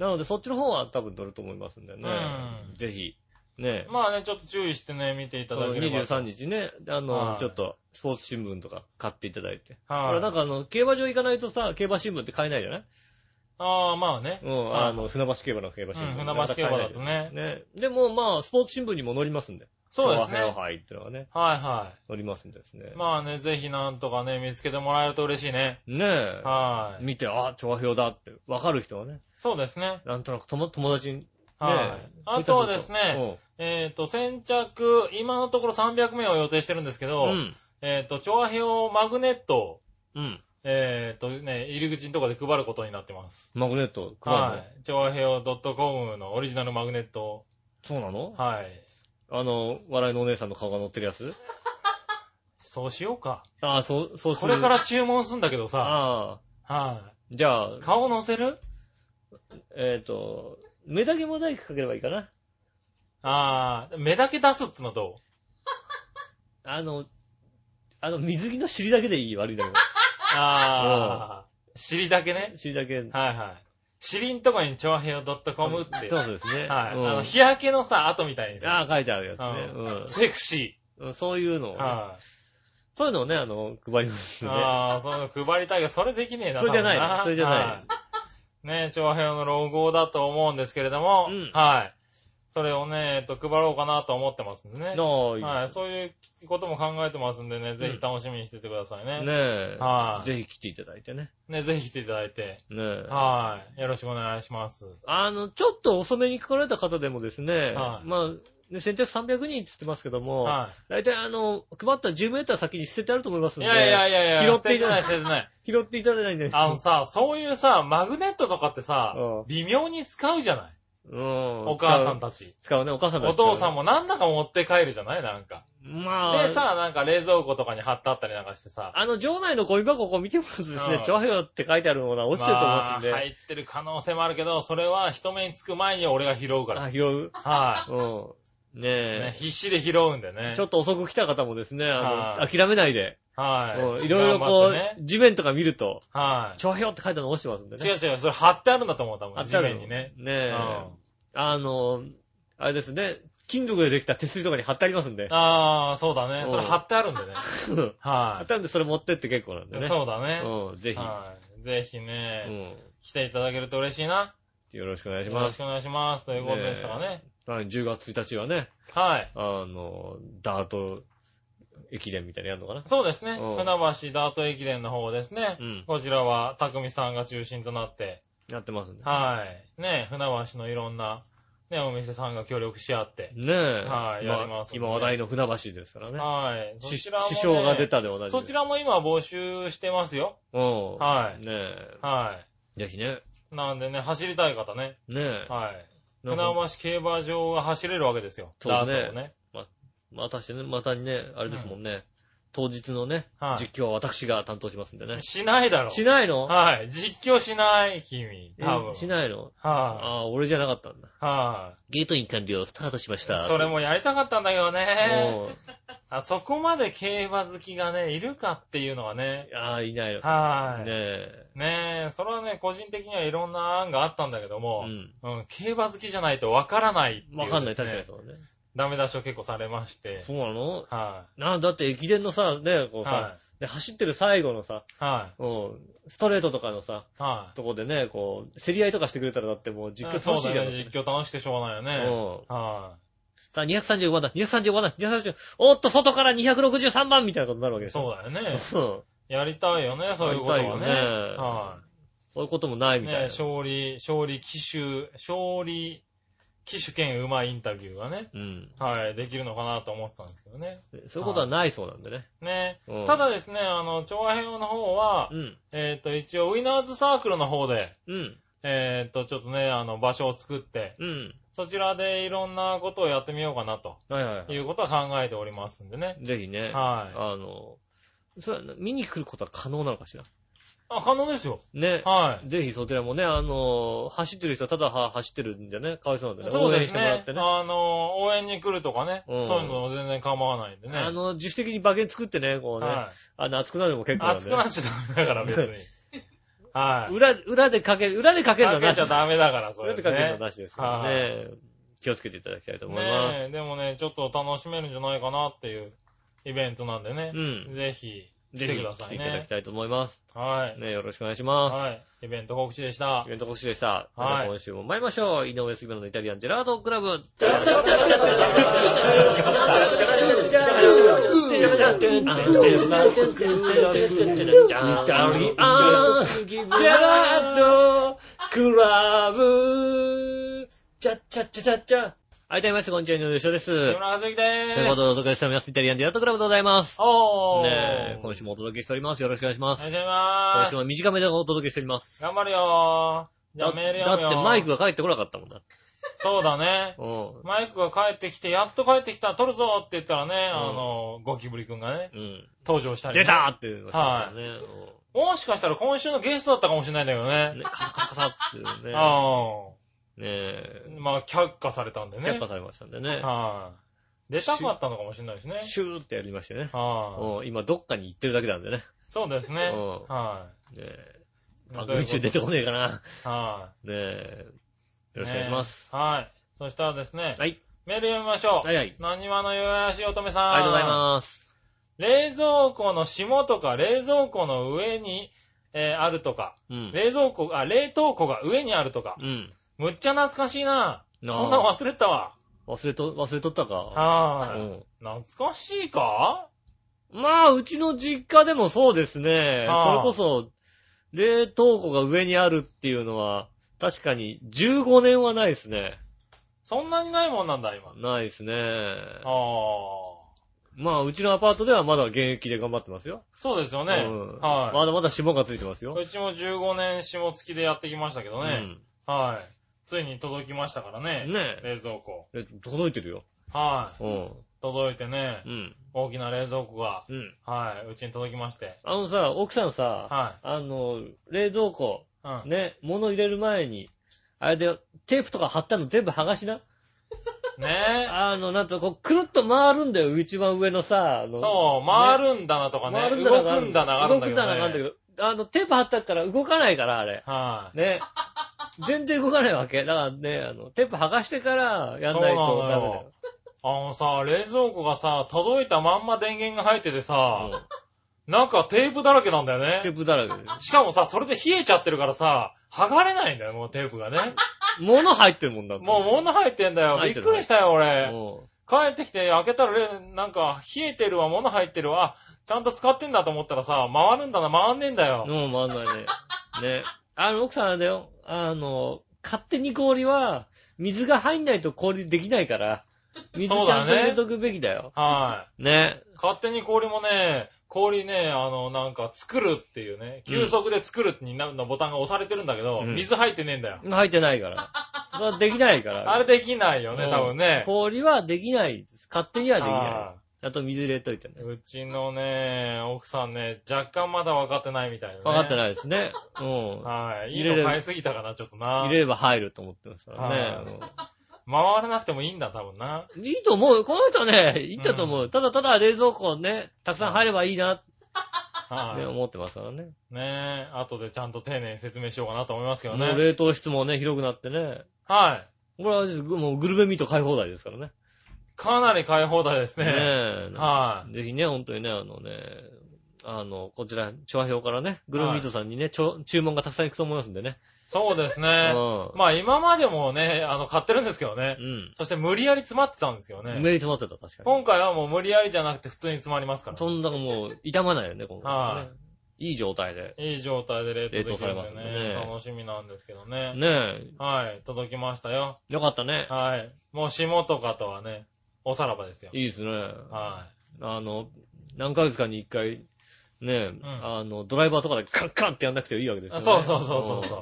Speaker 2: なのでそっちの方は多分載ると思いますんでね。
Speaker 3: うん
Speaker 2: ぜひ、ねえ、
Speaker 3: まあね、ちょっと注意してね、見ていただければ。
Speaker 2: 23日ね、あの、
Speaker 3: はい
Speaker 2: ちょっとスポーツ新聞とか買っていただいて。ほ
Speaker 3: は
Speaker 2: ら、
Speaker 3: い。
Speaker 2: なんかあの、競馬場行かないとさ、競馬新聞って買えないじゃない
Speaker 3: ああ、まあね。
Speaker 2: うん、
Speaker 3: はい
Speaker 2: あの、船橋競馬の競馬新聞。
Speaker 3: うん船橋競馬だとね
Speaker 2: なかなか買えないじゃんね。でもまあ、スポーツ新聞にも載りますんで。
Speaker 3: そうです
Speaker 2: 昭和
Speaker 3: ね。
Speaker 2: 平和杯っていうのがね、
Speaker 3: はいは
Speaker 2: 載りますんでですね
Speaker 3: い。。まあね、ぜひなんとかね、見つけてもらえると嬉しいね。
Speaker 2: ねえ。
Speaker 3: はい。
Speaker 2: 見て、あ、調和表だって、わかる人はね、
Speaker 3: そうですね。
Speaker 2: なんとなく友友達に、ね
Speaker 3: はい。あとはですね、、えっと、先着、今のところ300名を予定してるんですけ
Speaker 2: う
Speaker 3: ど、
Speaker 2: ん。
Speaker 3: えっと、調和表マグネットを、
Speaker 2: うん。
Speaker 3: えっとね、入り口のところで配ることになってます。
Speaker 2: マグネット配るの、
Speaker 3: はい。調和表 .com のオリジナルマグネットを、
Speaker 2: そうなの
Speaker 3: はい。
Speaker 2: あの、笑いのお姉さんの顔が載ってるやつ
Speaker 3: そうしようか。
Speaker 2: ああ、そう、そうす
Speaker 3: こ
Speaker 2: る。
Speaker 3: れから注文すんだけどさ、
Speaker 2: ああ。
Speaker 3: は
Speaker 2: じゃあ
Speaker 3: い。、顔乗せる
Speaker 2: えっ、と、目だけモザイクかければいいかな。
Speaker 3: ああ、目だけ出すっつのどう
Speaker 2: あの、あの、水着の尻だけでいい悪い だけ
Speaker 3: ああ、尻だけね
Speaker 2: ど。。尻だけ。
Speaker 3: はいはい。尻んとこに調和平和 .com っていう。
Speaker 2: そう
Speaker 3: はい。
Speaker 2: そうですね。
Speaker 3: あ
Speaker 2: うん
Speaker 3: の、日焼けのさ、後みたいに
Speaker 2: あ
Speaker 3: さ、
Speaker 2: あ、書いてあるやつね。
Speaker 3: セクシ
Speaker 2: うん。そういうの
Speaker 3: ー。
Speaker 2: をね、
Speaker 3: は
Speaker 2: そういうのをね、あの、配りますんで。
Speaker 3: ああ、その配りたいけど、それできねえな。
Speaker 2: それじゃない
Speaker 3: 多分
Speaker 2: それじゃない
Speaker 3: はいねえ、長編のロゴだと思うんですけれども、
Speaker 2: うん
Speaker 3: はい。それをね、えっと、配ろうかなと思ってますんでね。
Speaker 2: の
Speaker 3: はい、そういうことも考えてますんでね、ぜひ楽しみにしててくださいね。
Speaker 2: ねえ。
Speaker 3: はい
Speaker 2: ぜひ来ていただいてね。
Speaker 3: ね、ぜひ来ていただいて。
Speaker 2: ねえ。
Speaker 3: はい。よろしくお願いします。
Speaker 2: あの、ちょっと遅めに来られた方でもですね、
Speaker 3: はい
Speaker 2: まあ、ね先着300人って言ってますけども、
Speaker 3: は
Speaker 2: 大体あの、配った10メーター先に捨ててあると思います
Speaker 3: い。
Speaker 2: ん
Speaker 3: い
Speaker 2: で、
Speaker 3: やいやいやいや、
Speaker 2: 拾っていただい
Speaker 3: 捨ててない、捨ててない。
Speaker 2: 拾っていただいないんです
Speaker 3: あのさ、そういうさ、マグネットとかってさ
Speaker 2: う、ん
Speaker 3: 微妙に使うじゃない
Speaker 2: うん。
Speaker 3: お母さん
Speaker 2: 使う。
Speaker 3: たち。
Speaker 2: 使うね、お母さん
Speaker 3: お父さん
Speaker 2: も。
Speaker 3: もなんだか持って帰るじゃないなんか。
Speaker 2: まあ、
Speaker 3: でさ、なんか冷蔵庫とかに貼ってあったりなんかしてさ。
Speaker 2: あの、場内のゴミ箱をこう見てますとです
Speaker 3: う
Speaker 2: ね
Speaker 3: ん、
Speaker 2: チョアヘヨって書いてあるものは落ちてると思いますんで、
Speaker 3: まあ入ってる可能性もあるけど、それは人目につく前に俺が拾うから。
Speaker 2: あ、拾う。
Speaker 3: は
Speaker 2: うん。ね
Speaker 3: い。ね
Speaker 2: え。
Speaker 3: 必死で拾うんでね
Speaker 2: ちょ。っと遅く来た方もですね、あ
Speaker 3: は
Speaker 2: の、
Speaker 3: い
Speaker 2: 諦めないで、
Speaker 3: は
Speaker 2: うん
Speaker 3: い。
Speaker 2: いろいろこ
Speaker 3: 頑張ってね
Speaker 2: う、地面とか見ると、
Speaker 3: は
Speaker 2: チョアヘヨって書いてあるの落ちてますんで
Speaker 3: い。違う
Speaker 2: ね。
Speaker 3: 違う、それ貼ってあるんだと思う、多
Speaker 2: あ
Speaker 3: 分。
Speaker 2: っ
Speaker 3: 地
Speaker 2: たの
Speaker 3: 面にね。
Speaker 2: ね
Speaker 3: う
Speaker 2: え。
Speaker 3: ん。
Speaker 2: あの、あれですね、金属でできた手すりとかに貼ってありますんで。
Speaker 3: ああ、そうだね
Speaker 2: う。ん
Speaker 3: それ貼ってあるんでね。
Speaker 2: 貼
Speaker 3: は
Speaker 2: ってあるんで、それ持ってって結構なんで
Speaker 3: い。
Speaker 2: ね。
Speaker 3: そうだね。
Speaker 2: うん、ぜひ、
Speaker 3: はい。ぜひ
Speaker 2: う
Speaker 3: ね、
Speaker 2: ん。
Speaker 3: 来ていただけると嬉しいな。
Speaker 2: よろしくお願いし
Speaker 3: よろ
Speaker 2: ま
Speaker 3: し
Speaker 2: す。
Speaker 3: くお願いします。ということでしたかね。
Speaker 2: はい、10月1日はね、
Speaker 3: はい。
Speaker 2: あの、ダート駅伝みたいなのやるのかな。
Speaker 3: そうですね。
Speaker 2: うん
Speaker 3: 船橋ダート駅伝の方ですね。
Speaker 2: うん
Speaker 3: こちらは、匠さんが中心となって、
Speaker 2: やってますんで。
Speaker 3: はい。ね、船橋のいろんな、ね、お店さんが協力し合って、
Speaker 2: ねえ。
Speaker 3: はいやりますんで
Speaker 2: 今話題の船橋ですからね。
Speaker 3: はい。そ
Speaker 2: し
Speaker 3: ちらも、
Speaker 2: 師
Speaker 3: ね、
Speaker 2: 匠が出。たで同じみ。
Speaker 3: そちらも今募集してますよ。
Speaker 2: うん。
Speaker 3: はい
Speaker 2: ねえ。
Speaker 3: は
Speaker 2: ぜひね。
Speaker 3: い。なんでね、走りたい方ね。
Speaker 2: ねえ。
Speaker 3: はい。
Speaker 2: な
Speaker 3: 船
Speaker 2: んか
Speaker 3: 橋競馬場が走れるわけですよ。
Speaker 2: そうだね
Speaker 3: ダートをね。
Speaker 2: またしてね、またね、あれですもんね。当日のね、
Speaker 3: はい
Speaker 2: 実況は私が担当しますんでね。
Speaker 3: しないだろ。
Speaker 2: しないの
Speaker 3: はい。実況しない、君。多
Speaker 2: え
Speaker 3: 分。
Speaker 2: し
Speaker 3: い。
Speaker 2: ないの
Speaker 3: は
Speaker 2: ああー、俺じゃなかったんだ。
Speaker 3: い。は
Speaker 2: ゲートイン完了、スタートしまし
Speaker 3: い
Speaker 2: た。。
Speaker 3: それもやりたかったんだけどね。
Speaker 2: も
Speaker 3: あそこまで競馬好きがね、いるかっていうのはね
Speaker 2: う、。ああ、いないの。ね
Speaker 3: はい。ね
Speaker 2: え。
Speaker 3: え、それはね、個人的にはいろんな案があったんだけど
Speaker 2: う
Speaker 3: も、
Speaker 2: ん。
Speaker 3: うん、競馬好きじゃないとわからないってうですね
Speaker 2: わかんない、確かにそうだね。
Speaker 3: ダメ出しを結構されまして。
Speaker 2: そうなの
Speaker 3: は
Speaker 2: なんだって駅伝のさ、ね、こ
Speaker 3: い。
Speaker 2: うさ、
Speaker 3: は
Speaker 2: で、走ってる最後のさ、
Speaker 3: い。は
Speaker 2: うん、ストレートとかのさ、
Speaker 3: い。は
Speaker 2: とこでね、こう、競り合いとかしてくれたらだってもう
Speaker 3: い。
Speaker 2: 実況楽しいじゃん。
Speaker 3: そうだね実況楽しくてしょうがないよね。
Speaker 2: うん。
Speaker 3: は
Speaker 2: さあ、235だ、235だ、230、おっと、外から263番みたいなことになるわけ
Speaker 3: い。
Speaker 2: でしょ。
Speaker 3: そうだよね。
Speaker 2: そう。
Speaker 3: やりたいよね、そういうことはね。
Speaker 2: やりたいよね
Speaker 3: は
Speaker 2: そういうこともない
Speaker 3: い。
Speaker 2: み
Speaker 3: ね
Speaker 2: たいな。
Speaker 3: 勝利、勝利騎手、勝利騎手兼馬インタビューがね、
Speaker 2: うん。
Speaker 3: はい、できるのかなと思ってたんですけどね。
Speaker 2: そういうことはないそうなんでね。
Speaker 3: ね
Speaker 2: うん
Speaker 3: ただですね、あの、調和編の方は
Speaker 2: う、ん。
Speaker 3: えっ、と、一応、ウィナーズサークルの方で、
Speaker 2: うん。
Speaker 3: えっ、と、ちょっとね、あの、場所を作って、
Speaker 2: うん。
Speaker 3: そちらでいろんなことをやってみようかなと。
Speaker 2: はいはいはい
Speaker 3: いうことは考えておりますんでね。
Speaker 2: ぜひね。
Speaker 3: はい。
Speaker 2: あの、それは見に来ることは可能なのかしら。
Speaker 3: あ、可能ですよ。
Speaker 2: ね。
Speaker 3: はい。
Speaker 2: ぜひそちらもね、あの、走ってる人はただは走ってるんじゃね、かわいそうなんでね。
Speaker 3: そう
Speaker 2: 応
Speaker 3: で
Speaker 2: 援し
Speaker 3: す
Speaker 2: てもら
Speaker 3: ね
Speaker 2: っ。てね。
Speaker 3: あの、応援に来るとかね。
Speaker 2: うん
Speaker 3: そういうのも全然構わないんでね。
Speaker 2: あの、自主的に馬券作ってね、こうね、
Speaker 3: はい。
Speaker 2: あの、熱くなるのも結構なん
Speaker 3: 熱
Speaker 2: でね、
Speaker 3: くなっちゃダメだから別 に。はい。
Speaker 2: 裏、裏でかけ、裏でかけるの
Speaker 3: か
Speaker 2: はな
Speaker 3: け
Speaker 2: し。
Speaker 3: ちゃダメだから、そ
Speaker 2: 裏
Speaker 3: れ、
Speaker 2: で
Speaker 3: ね。
Speaker 2: かけるのはなしですけど
Speaker 3: は
Speaker 2: ね。気をつけていただきたいと思います。
Speaker 3: ねえ、でもね、ちょっと楽しめるんじゃないかなっていうイベントなんでね。
Speaker 2: うん
Speaker 3: ぜひ、来
Speaker 2: ぜひ
Speaker 3: てくだ
Speaker 2: 来
Speaker 3: さ
Speaker 2: て
Speaker 3: い
Speaker 2: いただき
Speaker 3: ね。
Speaker 2: たいと思います。
Speaker 3: はい。
Speaker 2: ね、よろしくお願いします。
Speaker 3: はい。イベント告知でした
Speaker 2: イベ。ント告知でした。
Speaker 3: はい
Speaker 2: では今週も参りましょう。井上杉村のイタリアンジェラートクラブ。はい、どうもみなさん、こんにちは、井上翔です。という
Speaker 3: 木村和之でーす。
Speaker 2: ことで、お届けしております。イタリアンジェラートクラブでございます。
Speaker 3: おー。
Speaker 2: ねえ、今週もお届けしております。よろしくお願いしま
Speaker 3: お
Speaker 2: す。
Speaker 3: 願いし
Speaker 2: 今
Speaker 3: ま
Speaker 2: 週
Speaker 3: す。
Speaker 2: も短めでお届けしております。
Speaker 3: 頑張るよー。じゃ
Speaker 2: だ
Speaker 3: あメール読むよ。
Speaker 2: だってマイク。が返ってこなかったもんだ。
Speaker 3: そうだね。
Speaker 2: う
Speaker 3: マイクが帰ってきて、やっと帰ってきた、撮るぞって言ったらね、あ
Speaker 2: ん
Speaker 3: の、ゴキブリくんがね、
Speaker 2: ん。うん。
Speaker 3: 登場したり、
Speaker 2: 出たーって言いました
Speaker 3: は
Speaker 2: から
Speaker 3: い
Speaker 2: ね。
Speaker 3: もしかしたら今週のゲストだったかもしれないんだけど
Speaker 2: うん
Speaker 3: ね。
Speaker 2: ね、カサカサカサっていうね。
Speaker 3: あ
Speaker 2: ね
Speaker 3: あ
Speaker 2: え。
Speaker 3: まあ、却下されたんでね。
Speaker 2: 却下されましたんでね。
Speaker 3: はい。出たかったのかもしれないしね。
Speaker 2: シューってやりましてね。
Speaker 3: はい。
Speaker 2: うん今どっかに行ってるだけなんでね。
Speaker 3: そうですね。
Speaker 2: うん
Speaker 3: は
Speaker 2: ねえ。
Speaker 3: い。
Speaker 2: 番組中出てこねえかな。ね
Speaker 3: は
Speaker 2: え。
Speaker 3: い。
Speaker 2: よろしくお願いします。
Speaker 3: ね。はい。そしたらですね、
Speaker 2: はい。
Speaker 3: メール読みましょう。
Speaker 2: はいはい。
Speaker 3: なにわのよやしおとめさん。
Speaker 2: ありがとうございます。
Speaker 3: 冷蔵庫の霜とか、冷蔵庫の上に、えーあるとか、
Speaker 2: うん。
Speaker 3: 冷蔵庫、あ、冷凍庫が上にあるとか、
Speaker 2: うん。
Speaker 3: むっちゃ懐かしいな。
Speaker 2: なあ
Speaker 3: そんなん忘れてたわ。
Speaker 2: 忘れと、忘れとったか。
Speaker 3: は
Speaker 2: う
Speaker 3: ーい。
Speaker 2: ん
Speaker 3: 懐かしいか
Speaker 2: まあ、うちの実家でもそうですね。そ
Speaker 3: ああ
Speaker 2: れこそ、冷凍庫が上にあるっていうのは、確かに15年はないですね。
Speaker 3: そんなにないもんなんだ、今。
Speaker 2: ないですね。
Speaker 3: ああ。
Speaker 2: まあ、うちのアパートではまだ現役で頑張ってますよ。
Speaker 3: そうですよね。
Speaker 2: うん
Speaker 3: は
Speaker 2: まだまだ霜がついてますよ。
Speaker 3: い。うちも15年霜付きでやってきましたけどね。はい。ついに届きましたから
Speaker 2: う
Speaker 3: ね。
Speaker 2: ん。ねえ。
Speaker 3: 冷蔵庫。
Speaker 2: え届いてるよ。
Speaker 3: はい。
Speaker 2: うん。
Speaker 3: 届いてね
Speaker 2: う、ん。
Speaker 3: 大きな冷蔵庫が、
Speaker 2: うん。
Speaker 3: はい、うちに届きまして。
Speaker 2: あのさ、奥さんさ、
Speaker 3: は
Speaker 2: あの、冷蔵庫、
Speaker 3: い。うん。
Speaker 2: ね、物入れる前に、あれで、テープとか貼ったの全部剥がしな。
Speaker 3: ねえ。
Speaker 2: あの、なんと、こう、くるっと回るんだよ、一番上のさ、あの、
Speaker 3: そう、回るんだなとかね。
Speaker 2: 回るんだ
Speaker 3: 動
Speaker 2: ながあ
Speaker 3: くんだながあるんだけ
Speaker 2: 動
Speaker 3: ど、ね。
Speaker 2: くんだながあるんだけど、あの、テープ貼ったから動かないから、あれ。
Speaker 3: はい。
Speaker 2: ね。全然動かないわけ。だからね、あの、テープ剥がしてからやんない
Speaker 3: そう
Speaker 2: と
Speaker 3: な
Speaker 2: ダ
Speaker 3: の
Speaker 2: メだ
Speaker 3: よ
Speaker 2: よ。
Speaker 3: あのさ、冷蔵庫がさ、届いたまんま電源が入っててさ、
Speaker 2: うん
Speaker 3: なんかテープだらけなんだよ
Speaker 2: テ
Speaker 3: ね。
Speaker 2: ープだらけで。
Speaker 3: しかもさ、それで冷えちゃってるからさ、剥がれないんだよ、もうテープがね。
Speaker 2: 物入ってるもんだって
Speaker 3: もう物入ってんだよ。
Speaker 2: 入
Speaker 3: び
Speaker 2: っ
Speaker 3: って
Speaker 2: る
Speaker 3: くりしたよ、俺。
Speaker 2: うん
Speaker 3: 帰ってきて開けたられ、なんか、冷えてるわ、物入ってるわ、あちゃんと使ってんだと思ったらさ、回るんだな、回んねえんだよ。
Speaker 2: もう回んないね。ね。あの、奥さんあれだよ。あの、勝手に氷は、水が入んないと氷できないから、水ち
Speaker 3: そう
Speaker 2: ゃ
Speaker 3: だ
Speaker 2: ん
Speaker 3: ね
Speaker 2: と入れとくべきだよ。
Speaker 3: は
Speaker 2: ね。
Speaker 3: い。勝手に氷もね、氷ね、あの、なんか、作るっていうね、急速で作るになのボタンが押されてるんだけど、
Speaker 2: うん
Speaker 3: 水入ってねえんだよ。
Speaker 2: 入ってないから。それはできないから。
Speaker 3: あれできないよ
Speaker 2: う
Speaker 3: ね、
Speaker 2: ん
Speaker 3: 多分ね。
Speaker 2: 氷はできないです。勝手にはできな。
Speaker 3: はい
Speaker 2: ちゃんと水入れといてね
Speaker 3: い。うちのね、奥さんね、若干まだ分かってないみたいな、ね。
Speaker 2: わかって
Speaker 3: い。
Speaker 2: ないですね。うん。
Speaker 3: はい。い
Speaker 2: 入
Speaker 3: い
Speaker 2: れる
Speaker 3: の買いすぎたかな、ちょっとな。
Speaker 2: 入れれば入ると思ってますから
Speaker 3: は
Speaker 2: ね。
Speaker 3: 回らなくてもいいんだ、多分な。
Speaker 2: うんいいと思う。この人ね、いいんだと思う。ただただ冷蔵庫ね、たくさん入ればいいなって
Speaker 3: はい。
Speaker 2: 思ってますからね。
Speaker 3: ねえ、後でちゃんと丁寧に説明しようかなと思いますけど
Speaker 2: もう
Speaker 3: ね。
Speaker 2: 冷凍室もね、広くなってね。
Speaker 3: はい。
Speaker 2: これはもうグルメミート買い放題ですからね。
Speaker 3: かなり買い放題ですね。
Speaker 2: ねえ。
Speaker 3: はい。
Speaker 2: ぜひね、本当にね、あのね、あの、こちら、調和表からね、グルメミートさんにね、ちょ注文がたくさんいくと思いますんでね。
Speaker 3: そうです
Speaker 2: う
Speaker 3: ね。
Speaker 2: ん。
Speaker 3: まあ今までもね、あの、買ってるんですけどね
Speaker 2: う。ん。
Speaker 3: そして無理やり詰まってたんですけど
Speaker 2: メ
Speaker 3: ね。
Speaker 2: リット待ってた、確かに。
Speaker 3: 今回はもう無理やりじゃなくて普通に詰まりますか
Speaker 2: そ
Speaker 3: ら。
Speaker 2: んなもう、痛まないよね、今回はね
Speaker 3: は。
Speaker 2: いい状態で。
Speaker 3: いい状態で冷凍できる
Speaker 2: 冷凍
Speaker 3: ん
Speaker 2: されます
Speaker 3: で
Speaker 2: んでね
Speaker 3: ね。楽しみなんですけどね。
Speaker 2: ね
Speaker 3: はい。届きましたよ。
Speaker 2: え、よかったね。
Speaker 3: はい。もう霜とかとはね、おさらばですよ。
Speaker 2: いいですね。
Speaker 3: は
Speaker 2: あの、何ヶ月かに一回、ねえ、
Speaker 3: ん
Speaker 2: あの、ドライバーとかでカンカンってやんなくていいわけで
Speaker 3: い。
Speaker 2: すよね。
Speaker 3: そうそうそうそうんそ。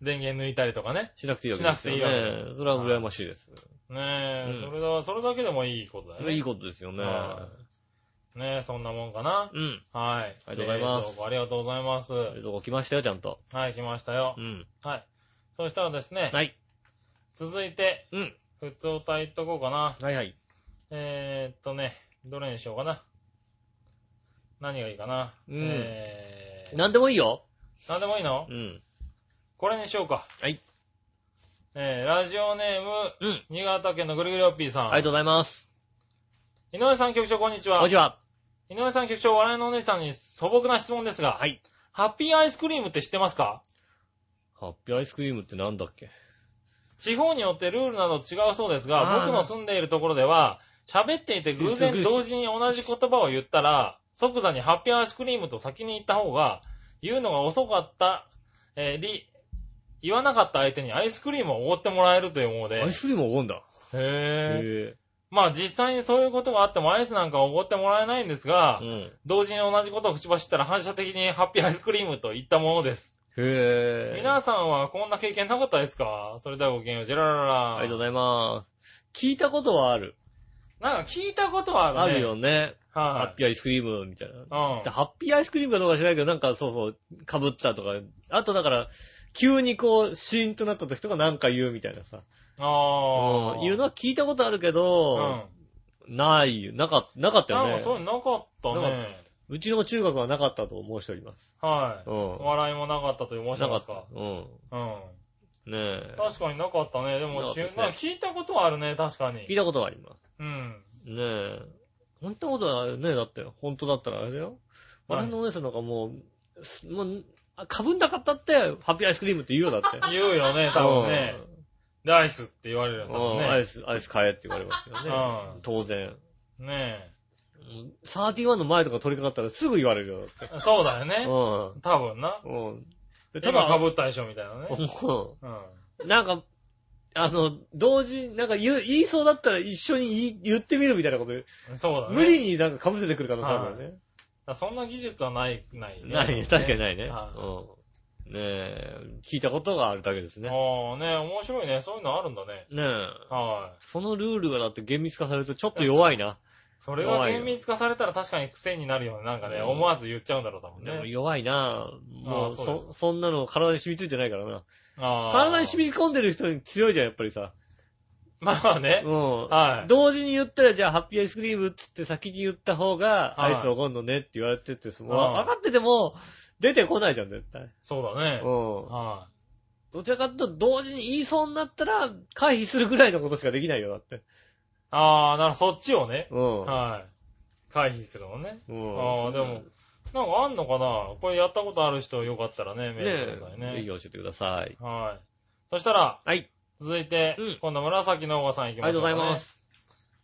Speaker 3: う。電源抜いたりとかね。
Speaker 2: しなくていいわけですよね。
Speaker 3: しなくていいわ
Speaker 2: それは羨ましいです。
Speaker 3: ねえ、
Speaker 2: うん
Speaker 3: それだ、それだけでもいいことだよね。
Speaker 2: いいことですよね。
Speaker 3: はねえ、そんなもんかな。
Speaker 2: うん。
Speaker 3: はい。
Speaker 2: ありがとうございます
Speaker 3: 冷蔵庫ありがとうございます。
Speaker 2: そういうとこ来ましたよ、ちゃんと。
Speaker 3: はい、来ましたよ
Speaker 2: う。ん。
Speaker 3: はい。そしたらですね、
Speaker 2: はい。
Speaker 3: 続いて、
Speaker 2: うん。
Speaker 3: 普通歌いっとこうかな。
Speaker 2: はいはい。
Speaker 3: えー、っとね、どれにしようかな。何がいいかな。
Speaker 2: うん
Speaker 3: えー、
Speaker 2: なんでもいいよ。
Speaker 3: なんでもいいの
Speaker 2: うん。
Speaker 3: これにしようか。
Speaker 2: はい。
Speaker 3: えー、ラジオネーム、
Speaker 2: うん。
Speaker 3: 新潟県のぐるぐるおっぴーさん。
Speaker 2: ありがとうございます。
Speaker 3: 井上さん局長、こんにちは。
Speaker 2: こんにちは。
Speaker 3: 井上さん局長、笑いのお姉さんに素朴な質問ですが、
Speaker 2: はい。
Speaker 3: ハッピーアイスクリームって知ってますか
Speaker 2: ハッピーアイスクリームってなんだっけ
Speaker 3: 地方によってルールなど違うそうです
Speaker 2: あー
Speaker 3: が、僕の住んでいるところでは、喋っていて偶然同時に同じ言葉を言ったら、即座にハッピーアイスクリームと先に言った方が、言うのが遅かった、えーり、言わなかった相手にアイスクリームをおごってもらえるというもので
Speaker 2: アイ、スクリームおごんだ。
Speaker 3: へー
Speaker 2: へ
Speaker 3: まあ実際にそういうことがあってもアイスなんかおごってもらえないんですが、
Speaker 2: ぇうん。
Speaker 3: 同時に同じことを口走ったら反射的にハッピーアイスクリームと言ったものです。
Speaker 2: へぇ
Speaker 3: 皆さんはこんな経験なかったですかそれではごきげんよう、ジェララ
Speaker 2: あ
Speaker 3: ラ。
Speaker 2: りがとうございます。聞いたことはある。
Speaker 3: なんか聞いたことは
Speaker 2: あ
Speaker 3: あるね。
Speaker 2: るよね。ハ
Speaker 3: は
Speaker 2: ッピーアイスクリームみたいな。
Speaker 3: い。うん
Speaker 2: で。ハッピーアイスクリームかどうか知らないけど、なんかそうそう、被ったとか。あとだから、急にこう、シーンとなった時とかなんか言うみたいなさ。
Speaker 3: あ
Speaker 2: う
Speaker 3: あ。
Speaker 2: ん。言うの
Speaker 3: な
Speaker 2: は聞いたことあるけ
Speaker 3: うん。
Speaker 2: ど、ないよ。なかった、なかったよ
Speaker 3: なんか
Speaker 2: ね。
Speaker 3: そういうのなかった
Speaker 2: な
Speaker 3: ね。
Speaker 2: うちの中学はなかったと申しております。
Speaker 3: はい。
Speaker 2: うん。
Speaker 3: 笑いもなかったという申し
Speaker 2: なか
Speaker 3: 上げで
Speaker 2: っ
Speaker 3: す
Speaker 2: た
Speaker 3: か。。
Speaker 2: うん。
Speaker 3: うん。
Speaker 2: ねえ。
Speaker 3: 確かになかったね。で
Speaker 2: なか
Speaker 3: も、
Speaker 2: ったですね
Speaker 3: なんか聞いたことはあるね、確か
Speaker 2: 聞い
Speaker 3: に。
Speaker 2: たことはあります。
Speaker 3: うん。
Speaker 2: ねえ。本当のことはね、だって、本当だったらあれだよ。
Speaker 3: は
Speaker 2: 我
Speaker 3: い
Speaker 2: 々のお姉さんなんかもうす、もう、あかぶんなかったって、ハッピーアイスクリームって言うよ、 だって。
Speaker 3: 言うよね、多分ね。で、アイスって言われる
Speaker 2: う
Speaker 3: よ、
Speaker 2: ん。
Speaker 3: 多分
Speaker 2: うんアイ
Speaker 3: ね。
Speaker 2: ス、アイス買えって言われますよね。当然。
Speaker 3: うん。ね
Speaker 2: うん31の前とか取り掛かったらすぐ言われるよ、だって。
Speaker 3: え。そうだよね。
Speaker 2: う
Speaker 3: 多分な。
Speaker 2: ん。うん。で
Speaker 3: 今被ったでしょ、みたいなね。
Speaker 2: も
Speaker 3: うん。
Speaker 2: うなんか、あの、同時、なんか言う言いそうだったら一緒に言い言ってみるみたいなこと、
Speaker 3: そうだね。
Speaker 2: 無理になんか被せてくる可能性あるよね。
Speaker 3: だそんな技術はない、ない、
Speaker 2: ないね。確かにないね。
Speaker 3: は
Speaker 2: うん。ねえ、聞いたことがあるだけですね。
Speaker 3: ああ、ね面白いね。そういうのあるんだね。
Speaker 2: ねえ。
Speaker 3: は
Speaker 2: そのルールがだって厳密化されるとちょっと弱いな。
Speaker 3: い。それが厳密化されたら確かに癖になるよね。なんかね、
Speaker 2: うん
Speaker 3: 思わず言っちゃうんだろう、多分
Speaker 2: でも
Speaker 3: ね。
Speaker 2: 弱いな。もう
Speaker 3: あそうで
Speaker 2: そ、そんなの体に染みついてないからな。
Speaker 3: ああ。
Speaker 2: 体に染み込んでる人に強いじゃん、やっぱり さ。
Speaker 3: まあまあね
Speaker 2: う。ん。
Speaker 3: はい。
Speaker 2: 同時に言ったら、じゃあ、ハッピーアイスクリームっつって先に言った方が、ア
Speaker 3: はい
Speaker 2: イスおごんのねって言われてて、その
Speaker 3: うん
Speaker 2: 分かってても、出てこないじゃん、絶対。
Speaker 3: そうだ
Speaker 2: う
Speaker 3: ね
Speaker 2: ん。。
Speaker 3: は
Speaker 2: どちらかというと、同時に言いそうになったら、回避するぐらいのことしかできないよ、だって。
Speaker 3: い。ああ、ならそっちをね。
Speaker 2: うん。
Speaker 3: はい。回避するのね。
Speaker 2: うん
Speaker 3: ああ、でも、なんかあんのかなこれやったことある人よかったらね、メール
Speaker 2: ね
Speaker 3: ください
Speaker 2: え、ぜひ
Speaker 3: ね。
Speaker 2: 教えてください。
Speaker 3: はい。そしたら、
Speaker 2: はい。
Speaker 3: 続いて、
Speaker 2: うん
Speaker 3: 今度は紫のおばさん行き
Speaker 2: あ
Speaker 3: ま
Speaker 2: りがと
Speaker 3: しょ
Speaker 2: う
Speaker 3: う
Speaker 2: ござ
Speaker 3: か、ね。
Speaker 2: います。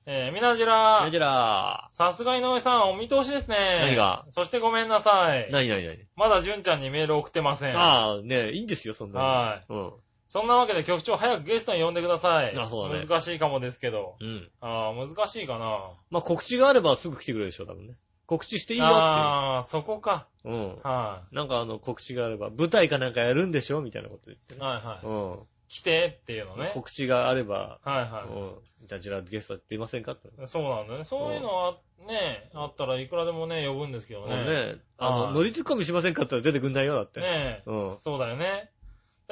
Speaker 3: えー、みなじ
Speaker 2: こ
Speaker 3: ら
Speaker 2: ち、ら、
Speaker 3: さすが井上さん、お見通しですね。
Speaker 2: 何が
Speaker 3: そしてごめんなさい。
Speaker 2: なになになに
Speaker 3: まだ純ちゃんにメール送ってません。
Speaker 2: ああ、ねえ、いいんですよ、そんなの。
Speaker 3: はい
Speaker 2: うん。
Speaker 3: そんなわけで局長早くゲストに呼んでください。
Speaker 2: あそうだね
Speaker 3: 難しいかもですけど。
Speaker 2: うん。
Speaker 3: ああ、難しいかな。
Speaker 2: まあ、告知があればすぐ来てくれるでしょ、多分ね。告知していいよっ
Speaker 3: ああ、そこか。
Speaker 2: ていう。うん。
Speaker 3: は
Speaker 2: なんかあの、告知があれば、舞台かなんかやるんでしょみたいなこと言って
Speaker 3: い。
Speaker 2: ね。
Speaker 3: はいは
Speaker 2: う
Speaker 3: い。
Speaker 2: ん。
Speaker 3: 来てっていうのね。
Speaker 2: 告知があれば、
Speaker 3: はいうは
Speaker 2: ん。いたちらゲストやっていませんかって。
Speaker 3: い。そうなんだね。そういうのは、ね、あったらいくらでもね、呼ぶんですけど
Speaker 2: もう
Speaker 3: ね。
Speaker 2: ね、あ
Speaker 3: は
Speaker 2: の、
Speaker 3: い
Speaker 2: 乗りツッコミしませんかって言ったら出てくんないよ、だって。
Speaker 3: ね
Speaker 2: うん。
Speaker 3: そうだよね。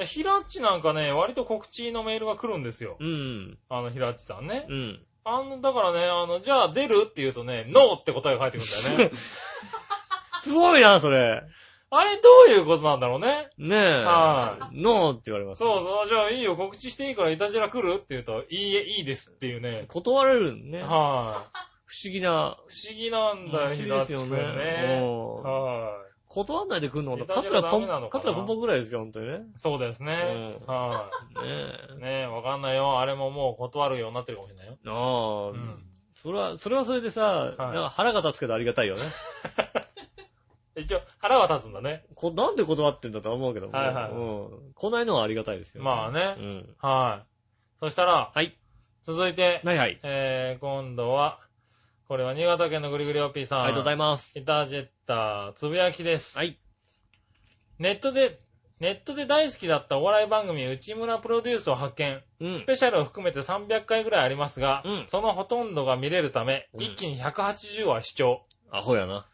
Speaker 3: ひらっちなんかね、割と告知のメールが来るんですよ。
Speaker 2: うん。
Speaker 3: あの、ひらっちさんね
Speaker 2: う。ん。
Speaker 3: あの、だからね、あの、じゃあ出るって言うとね、ノーって答えが返ってくるんだよね。
Speaker 2: すごいな、それ。
Speaker 3: あれどういうことなんだろうね。
Speaker 2: ねえ。
Speaker 3: は
Speaker 2: ノーって言われます。
Speaker 3: そうそう、じゃあいいよ、告知していいからイタジラ来るって言うと、いいえ、いいですっていうね。
Speaker 2: 断られるんね。
Speaker 3: は
Speaker 2: 不思議な。
Speaker 3: い。不思議なんだよ、ひらっちくんね。
Speaker 2: うん
Speaker 3: は
Speaker 2: 断んないで来るの
Speaker 3: い
Speaker 2: カツラポン、
Speaker 3: いたじらダメなの
Speaker 2: カ
Speaker 3: かな
Speaker 2: ツラポンポンぐらいですよ、ほんとにね。
Speaker 3: い。そうですね。
Speaker 2: う
Speaker 3: は
Speaker 2: ねえ
Speaker 3: い。。ねえ、わかんないよ。あれももう断るようになってるかもしれないよ。
Speaker 2: ああ、
Speaker 3: うん。
Speaker 2: それは、それはそれでさ、
Speaker 3: い
Speaker 2: なんか腹が立つけどありがたいよね。
Speaker 3: 一応、腹は立つんだね。
Speaker 2: こなんで断ってんだとは思うけども、
Speaker 3: はいはい
Speaker 2: うん。来ないのはありがたいですよ、
Speaker 3: まあね
Speaker 2: うん。
Speaker 3: はい。そしたら、
Speaker 2: はい。
Speaker 3: 続いて、
Speaker 2: はいはい。
Speaker 3: えー、今度は、これは新潟県のぐりぐりおっぴーさん。
Speaker 2: ありがとうございます。
Speaker 3: イタジェッター、つぶやきです。
Speaker 2: はい。
Speaker 3: ネットで、ネットで大好きだったお笑い番組、内村プロデュースを発見。
Speaker 2: う
Speaker 3: ス
Speaker 2: ん。
Speaker 3: ペシャルを含めて300回ぐらいありますが、
Speaker 2: うん
Speaker 3: そのほとんどが見れるため、
Speaker 2: うん
Speaker 3: 一気に180は視聴。
Speaker 2: アホやな。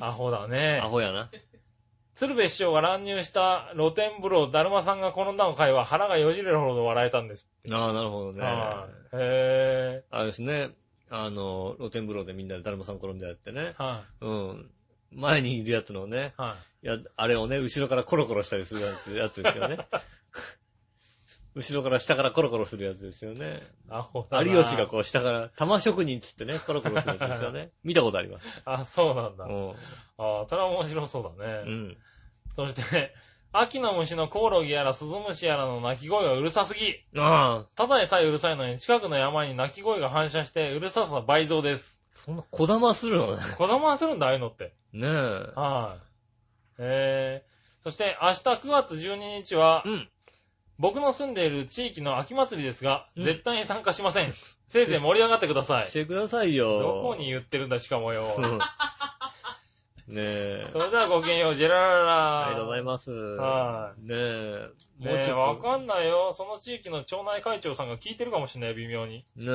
Speaker 3: アホだね
Speaker 2: ア。ホやな。
Speaker 3: 鶴瓶師匠が乱入した露天風呂、だるまさんが転んだの回は腹がよじれるほど笑えたんです。
Speaker 2: ああ、なるほどね。あ
Speaker 3: はいへ
Speaker 2: れですね。あの、露天風呂でみんなでだるまさん転んでやってね。
Speaker 3: ぇは
Speaker 2: うん。前にいるやつのね、
Speaker 3: い。はい。
Speaker 2: いや、あれをね、後ろからコロコロしたりするやつやつですよね。 後ろから下からコロコロするやつですよね。
Speaker 3: アホだな。
Speaker 2: 有吉がこう下から、玉職人っつってね、コロコロするやつです よね。見たことあります。
Speaker 3: あ、そうなんだ。
Speaker 2: うん。
Speaker 3: ああ、それは面白そうだね。
Speaker 2: うん。
Speaker 3: そして、秋の虫のコオロギやらスズムシやらの鳴き声がうるさすぎ。
Speaker 2: ああ、
Speaker 3: ただでさえうるさいのに近くの山に鳴き声が反射してうるささ倍増です。
Speaker 2: そんな小玉するのね。
Speaker 3: 子供はするんだ、ああいうのって。
Speaker 2: ねえ。
Speaker 3: はい。えー、そして明日9月12日は
Speaker 2: う、ん。
Speaker 3: 僕の住んでいる地域の秋祭りですが、
Speaker 2: うん
Speaker 3: 絶対に参加しません。せいぜい盛り上がってくだ さい
Speaker 2: し。てくださいよ。
Speaker 3: どこに言ってるんだ、しかもよ。
Speaker 2: うんねえ。
Speaker 3: それではごきげんよう、ジェラララ。
Speaker 2: ありがとうございます。
Speaker 3: はい
Speaker 2: ねえ。
Speaker 3: ねえ、わか
Speaker 2: ね
Speaker 3: んないよ。その地域の町内会長さんが聞いてるかもしれない、微妙に。
Speaker 2: え。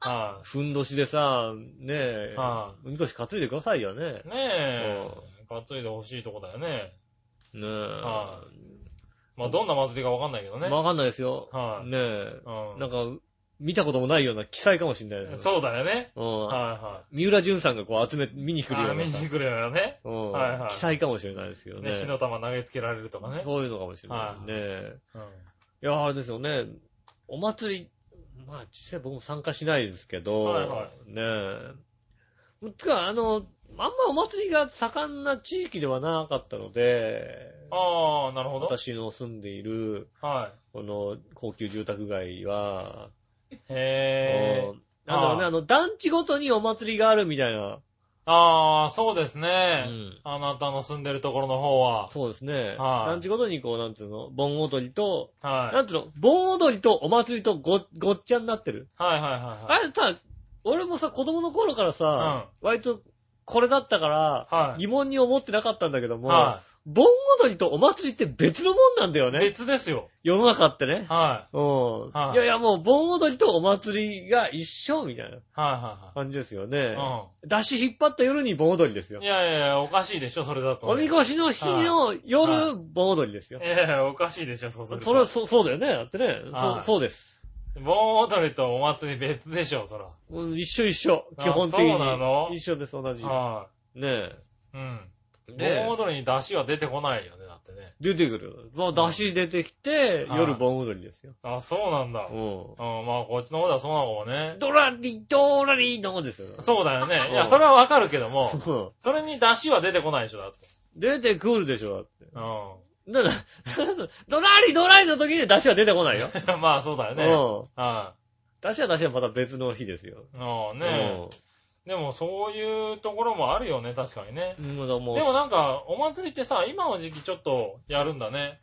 Speaker 3: は
Speaker 2: ふんどしでさ、ねえ、
Speaker 3: は
Speaker 2: おみこし担いでくださいよね。
Speaker 3: い。ねえ、担いでほしいとこだよね。
Speaker 2: ねえ。
Speaker 3: はまあ、どんな祭りかわかんないけどね。
Speaker 2: わかんないですよ。
Speaker 3: はい
Speaker 2: ねえ。
Speaker 3: うん
Speaker 2: なんか、見たこともないような記載かもしんないです。
Speaker 3: そうだよね。
Speaker 2: うん。
Speaker 3: は
Speaker 2: 三浦淳さんがこう集め、見に
Speaker 3: い
Speaker 2: 来
Speaker 3: はい。
Speaker 2: るよ
Speaker 3: あ
Speaker 2: う
Speaker 3: 見
Speaker 2: なさ。
Speaker 3: に来るよね。
Speaker 2: うん
Speaker 3: はいはい
Speaker 2: 記載かもしれないですけど
Speaker 3: ね、
Speaker 2: ね
Speaker 3: 火。の玉投げつけられるとかね。
Speaker 2: そういうのかもしれな
Speaker 3: はい
Speaker 2: ね
Speaker 3: い
Speaker 2: え。
Speaker 3: うん
Speaker 2: いや、あれですよね。お祭り、まあ、実際僕も参加しないですけど、
Speaker 3: はいは
Speaker 2: ねえ。てか、あの、あんまお祭りが盛んな地域ではなかったので、
Speaker 3: ああ、なるほど。
Speaker 2: 私の住んでいる、
Speaker 3: は
Speaker 2: この高級住宅街は、
Speaker 3: い。へえ。
Speaker 2: うんなんだろうね、
Speaker 3: あー
Speaker 2: あの、団地ごとにお祭りがあるみたいな。
Speaker 3: ああ、そうです
Speaker 2: う
Speaker 3: ね。
Speaker 2: ん。
Speaker 3: あなたの住んでるところの方は。
Speaker 2: そうですね。
Speaker 3: はい
Speaker 2: 団地ごとにこう、なんつうの、盆踊りと、な
Speaker 3: はい。
Speaker 2: んつうの、盆踊りとお祭りとご、ごっちゃになってる。
Speaker 3: はいはいはいは
Speaker 2: あ
Speaker 3: い。
Speaker 2: れさ、俺もさ、子供の頃からさ、割とこれだったから、
Speaker 3: はい。
Speaker 2: 疑問に思ってなかったんだけども、
Speaker 3: は
Speaker 2: 盆踊りとお祭りって別のもんなんだよ
Speaker 3: い。
Speaker 2: ね。
Speaker 3: 別ですよ。
Speaker 2: 世の中ってね。
Speaker 3: は
Speaker 2: うん。
Speaker 3: はい。
Speaker 2: いやいや、もう盆踊りとお祭りが一緒みたいない
Speaker 3: は
Speaker 2: 感じですよ
Speaker 3: いはい
Speaker 2: ね。
Speaker 3: は
Speaker 2: 出し引っ張った夜に盆踊りです
Speaker 3: い。う
Speaker 2: よ
Speaker 3: ん。い。やいやいや、おかしいでしょ、それだと。
Speaker 2: おみこしの日の
Speaker 3: は
Speaker 2: 夜、盆踊りですよ
Speaker 3: い。やいや、おかしいでしょ、そうすると。
Speaker 2: それは、そう、そうだよね。だってね。
Speaker 3: は
Speaker 2: そ、
Speaker 3: いう
Speaker 2: そうです。
Speaker 3: 盆踊りとお祭り別でしょ、そら。
Speaker 2: うん一緒一緒。
Speaker 3: あ
Speaker 2: 基本的に。
Speaker 3: そうなの
Speaker 2: 一緒です、同じ。ね
Speaker 3: は
Speaker 2: え。
Speaker 3: い。うん。
Speaker 2: ね
Speaker 3: 盆踊りに出汁は出てこないよね、だってね。
Speaker 2: 出てくる。まあ、出汁出てきて、
Speaker 3: はい
Speaker 2: 夜盆踊りですよ。
Speaker 3: あ、そうなんだ。
Speaker 2: う
Speaker 3: うん、
Speaker 2: ん。
Speaker 3: まあ、こっちの方ではそうなのかもね。
Speaker 2: ドラリ、ドラリのですよ。
Speaker 3: そうだよね。いや、
Speaker 2: うん
Speaker 3: それはわかるけども、
Speaker 2: う。
Speaker 3: それに出汁は出てこないでしょ、だって。
Speaker 2: 出てくるでしょ、だって。
Speaker 3: う
Speaker 2: だから、 ドラリ、ドラリの時に出汁は出てこないよ。
Speaker 3: ん。 まあ、そうだよね。
Speaker 2: うん。
Speaker 3: は
Speaker 2: 出汁は出汁はまた別の日ですよ。
Speaker 3: い。うん、ねえ。でも、そういうところもあるよね、確かにね
Speaker 2: う。ん。うん、も
Speaker 3: でもなんか、お祭りってさ、今の時期ちょっとやるんだね。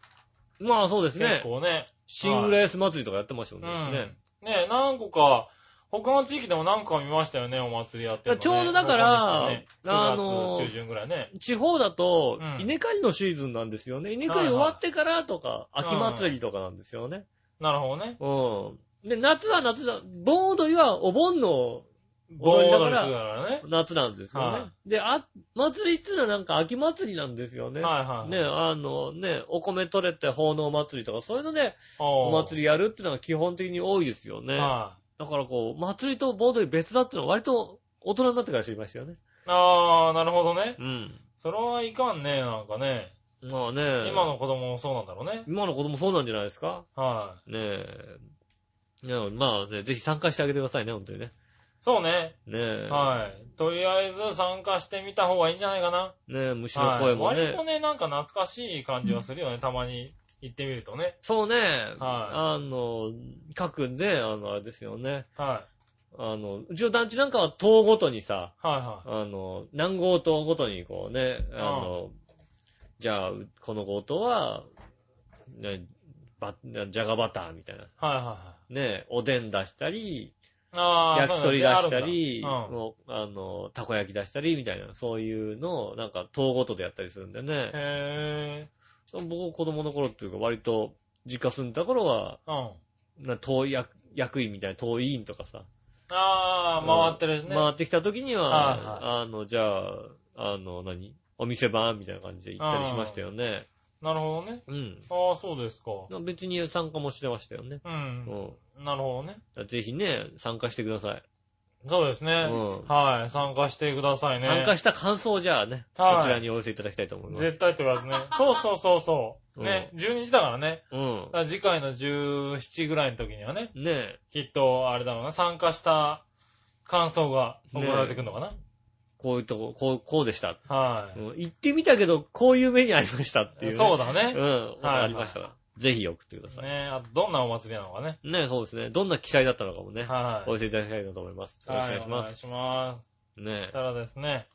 Speaker 2: う、まあそうです
Speaker 3: 結
Speaker 2: ね。
Speaker 3: 構ね。
Speaker 2: シングレース祭りとかやってましたもんね。
Speaker 3: うん。
Speaker 2: ね
Speaker 3: ねえ、何個か、他の地域でも何個か見ましたよね、お祭りやってるのね
Speaker 2: ちょうどだから
Speaker 3: そうですよね
Speaker 2: あの
Speaker 3: 9月中旬ぐらいね。
Speaker 2: 地方だと
Speaker 3: うん、
Speaker 2: 稲刈りのシーズンなんですよね。稲刈り終わってからとか、秋祭りとかなんですよね。
Speaker 3: なるほどね。
Speaker 2: うん。で、夏は夏だ。盆踊りはお盆の
Speaker 3: 盆踊りだか
Speaker 2: 盆踊りする
Speaker 3: らね。
Speaker 2: 夏なんですよね。
Speaker 3: は
Speaker 2: で、あ、祭りっていうのはなんか秋祭りなんですよね。
Speaker 3: はいはい。
Speaker 2: ね、あのね、お米取れて奉納祭りとか、そういうので、
Speaker 3: お
Speaker 2: お祭りやるっていうのが基本的に多いですよ
Speaker 3: り
Speaker 2: ね。
Speaker 3: は
Speaker 2: だからこう、祭りと盆踊り別だってのは割と大人になってから知りましたよね。
Speaker 3: い。ああ、なるほどね。
Speaker 2: うん。
Speaker 3: それはいかんね、なんかね。
Speaker 2: まあね。
Speaker 3: 今の子供もそうなんだろうね。
Speaker 2: 今の子供そうなんじゃないですか
Speaker 3: はい。
Speaker 2: ねえ。いやまあね、ぜひ参加してあげてくださいね、本当にね。
Speaker 3: そうね。
Speaker 2: ねえ。
Speaker 3: はい。とりあえず参加してみた方がいいんじゃないかな。
Speaker 2: い。ねえ、虫の声も
Speaker 3: はい
Speaker 2: ね
Speaker 3: 割。とね、なんか懐かしい感じはするよね。たまに行ってみるとね。
Speaker 2: そうね、
Speaker 3: は
Speaker 2: あの、各ね、あの、あれですよね。
Speaker 3: は
Speaker 2: あの、うちの団地なんかは塔ごとにさ、
Speaker 3: い。はいは
Speaker 2: あの、何号棟ごとにこうね、あの、じゃあ、うこの号棟は、ね、ば、じゃがバターみたいな。
Speaker 3: い。はいはいは
Speaker 2: ね、おでん出したり、
Speaker 3: い。ああ、
Speaker 2: 焼き鳥出したり、
Speaker 3: そうなんだねあるんだうん
Speaker 2: もうあの、たこ焼き出したりみたいな、そういうのをなんか塔ごとでやったりするんでね。
Speaker 3: へ
Speaker 2: 僕子供の頃っていうか割と、実家住んだ頃は、
Speaker 3: ぇー。うん。
Speaker 2: な党役役員みたいな、党委員とかさ、
Speaker 3: ああ、回ってるしね。
Speaker 2: 回ってきた時には、
Speaker 3: は
Speaker 2: あ
Speaker 3: い
Speaker 2: の、じゃあ、あの、何お店番みたいな感じで行ったりしましたよね。
Speaker 3: なるほどね。
Speaker 2: うん。
Speaker 3: ああ、そうですか。
Speaker 2: 別に参加もしてましたよね。
Speaker 3: う。
Speaker 2: うんん
Speaker 3: なるほどね。。
Speaker 2: ぜひね、参加してください。
Speaker 3: そうですね。
Speaker 2: うん
Speaker 3: はい。参加してくださいね。
Speaker 2: 参加した感想をじゃあね、
Speaker 3: はい
Speaker 2: こちらにお寄せいただきたいと思います。
Speaker 3: 絶対って言 わずね。そうそうそうそう。
Speaker 2: うん
Speaker 3: ね。12時だからね。
Speaker 2: うん
Speaker 3: だ。から次回の17ぐらいの時にはね、
Speaker 2: ねえ、
Speaker 3: きっと、あれだろうな、参加した感想が送られてくるのかな。
Speaker 2: こういうとこ、こう、こうでした。
Speaker 3: はい、
Speaker 2: うん行ってみたけど、こういう目にありましたっていう、ね。
Speaker 3: そうだね。
Speaker 2: うん、
Speaker 3: はい
Speaker 2: ありましたら、ぜひ送ってください。
Speaker 3: ねあと、どんなお祭りなのかね。
Speaker 2: ねそうですね。どんな記載だったのかもね、
Speaker 3: はい、
Speaker 2: 教えていただきたいなと思います。よろしくお願いし
Speaker 3: は
Speaker 2: ま
Speaker 3: お願
Speaker 2: す。
Speaker 3: いします。
Speaker 2: ね
Speaker 3: そしたらですね、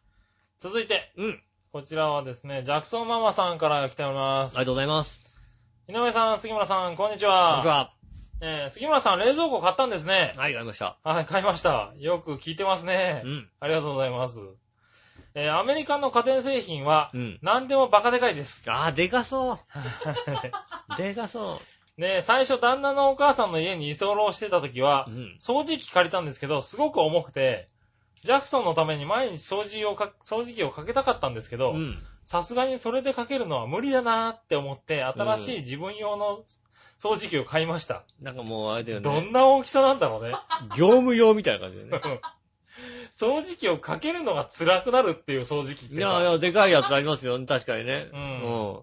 Speaker 3: 続いて、
Speaker 2: うん。あり
Speaker 3: こちらはですね、ジャクソンママさんから来ております。
Speaker 2: がとうございます。
Speaker 3: 井上さん、杉村さん、こんにち
Speaker 2: こん
Speaker 3: は。
Speaker 2: にちは。
Speaker 3: えー杉村さん、冷蔵庫買ったんですね。
Speaker 2: はい、わかりました。
Speaker 3: はい、買いました。よく聞いてますね
Speaker 2: う。ん。
Speaker 3: ありがとうございます。えーアメリカの家電製品は、
Speaker 2: うん。
Speaker 3: 何でもバカでかいです。
Speaker 2: あー、でかそう。 でかそ
Speaker 3: ね最初旦那のお母さんの家に居候してた時は
Speaker 2: う。う、ん。
Speaker 3: 掃除機借りたんですけど、すごく重くて、ジャクソンのために毎日掃除をか、掃除機をかけたかったんですけど
Speaker 2: う、ん。
Speaker 3: さすがにそれでかけるのは無理だなーって思って、新しい自分用の掃除機を買いました。
Speaker 2: なんかもう、あれだよ
Speaker 3: ど
Speaker 2: ね。
Speaker 3: んな大きさなんだ ろうね。
Speaker 2: 業務用みたいな感 じでね。
Speaker 3: 掃除機をかけるのが辛くなるっていう掃除機って
Speaker 2: い
Speaker 3: いう
Speaker 2: やい
Speaker 3: か。
Speaker 2: や、でかいやつありますよね、確かにね。
Speaker 3: うん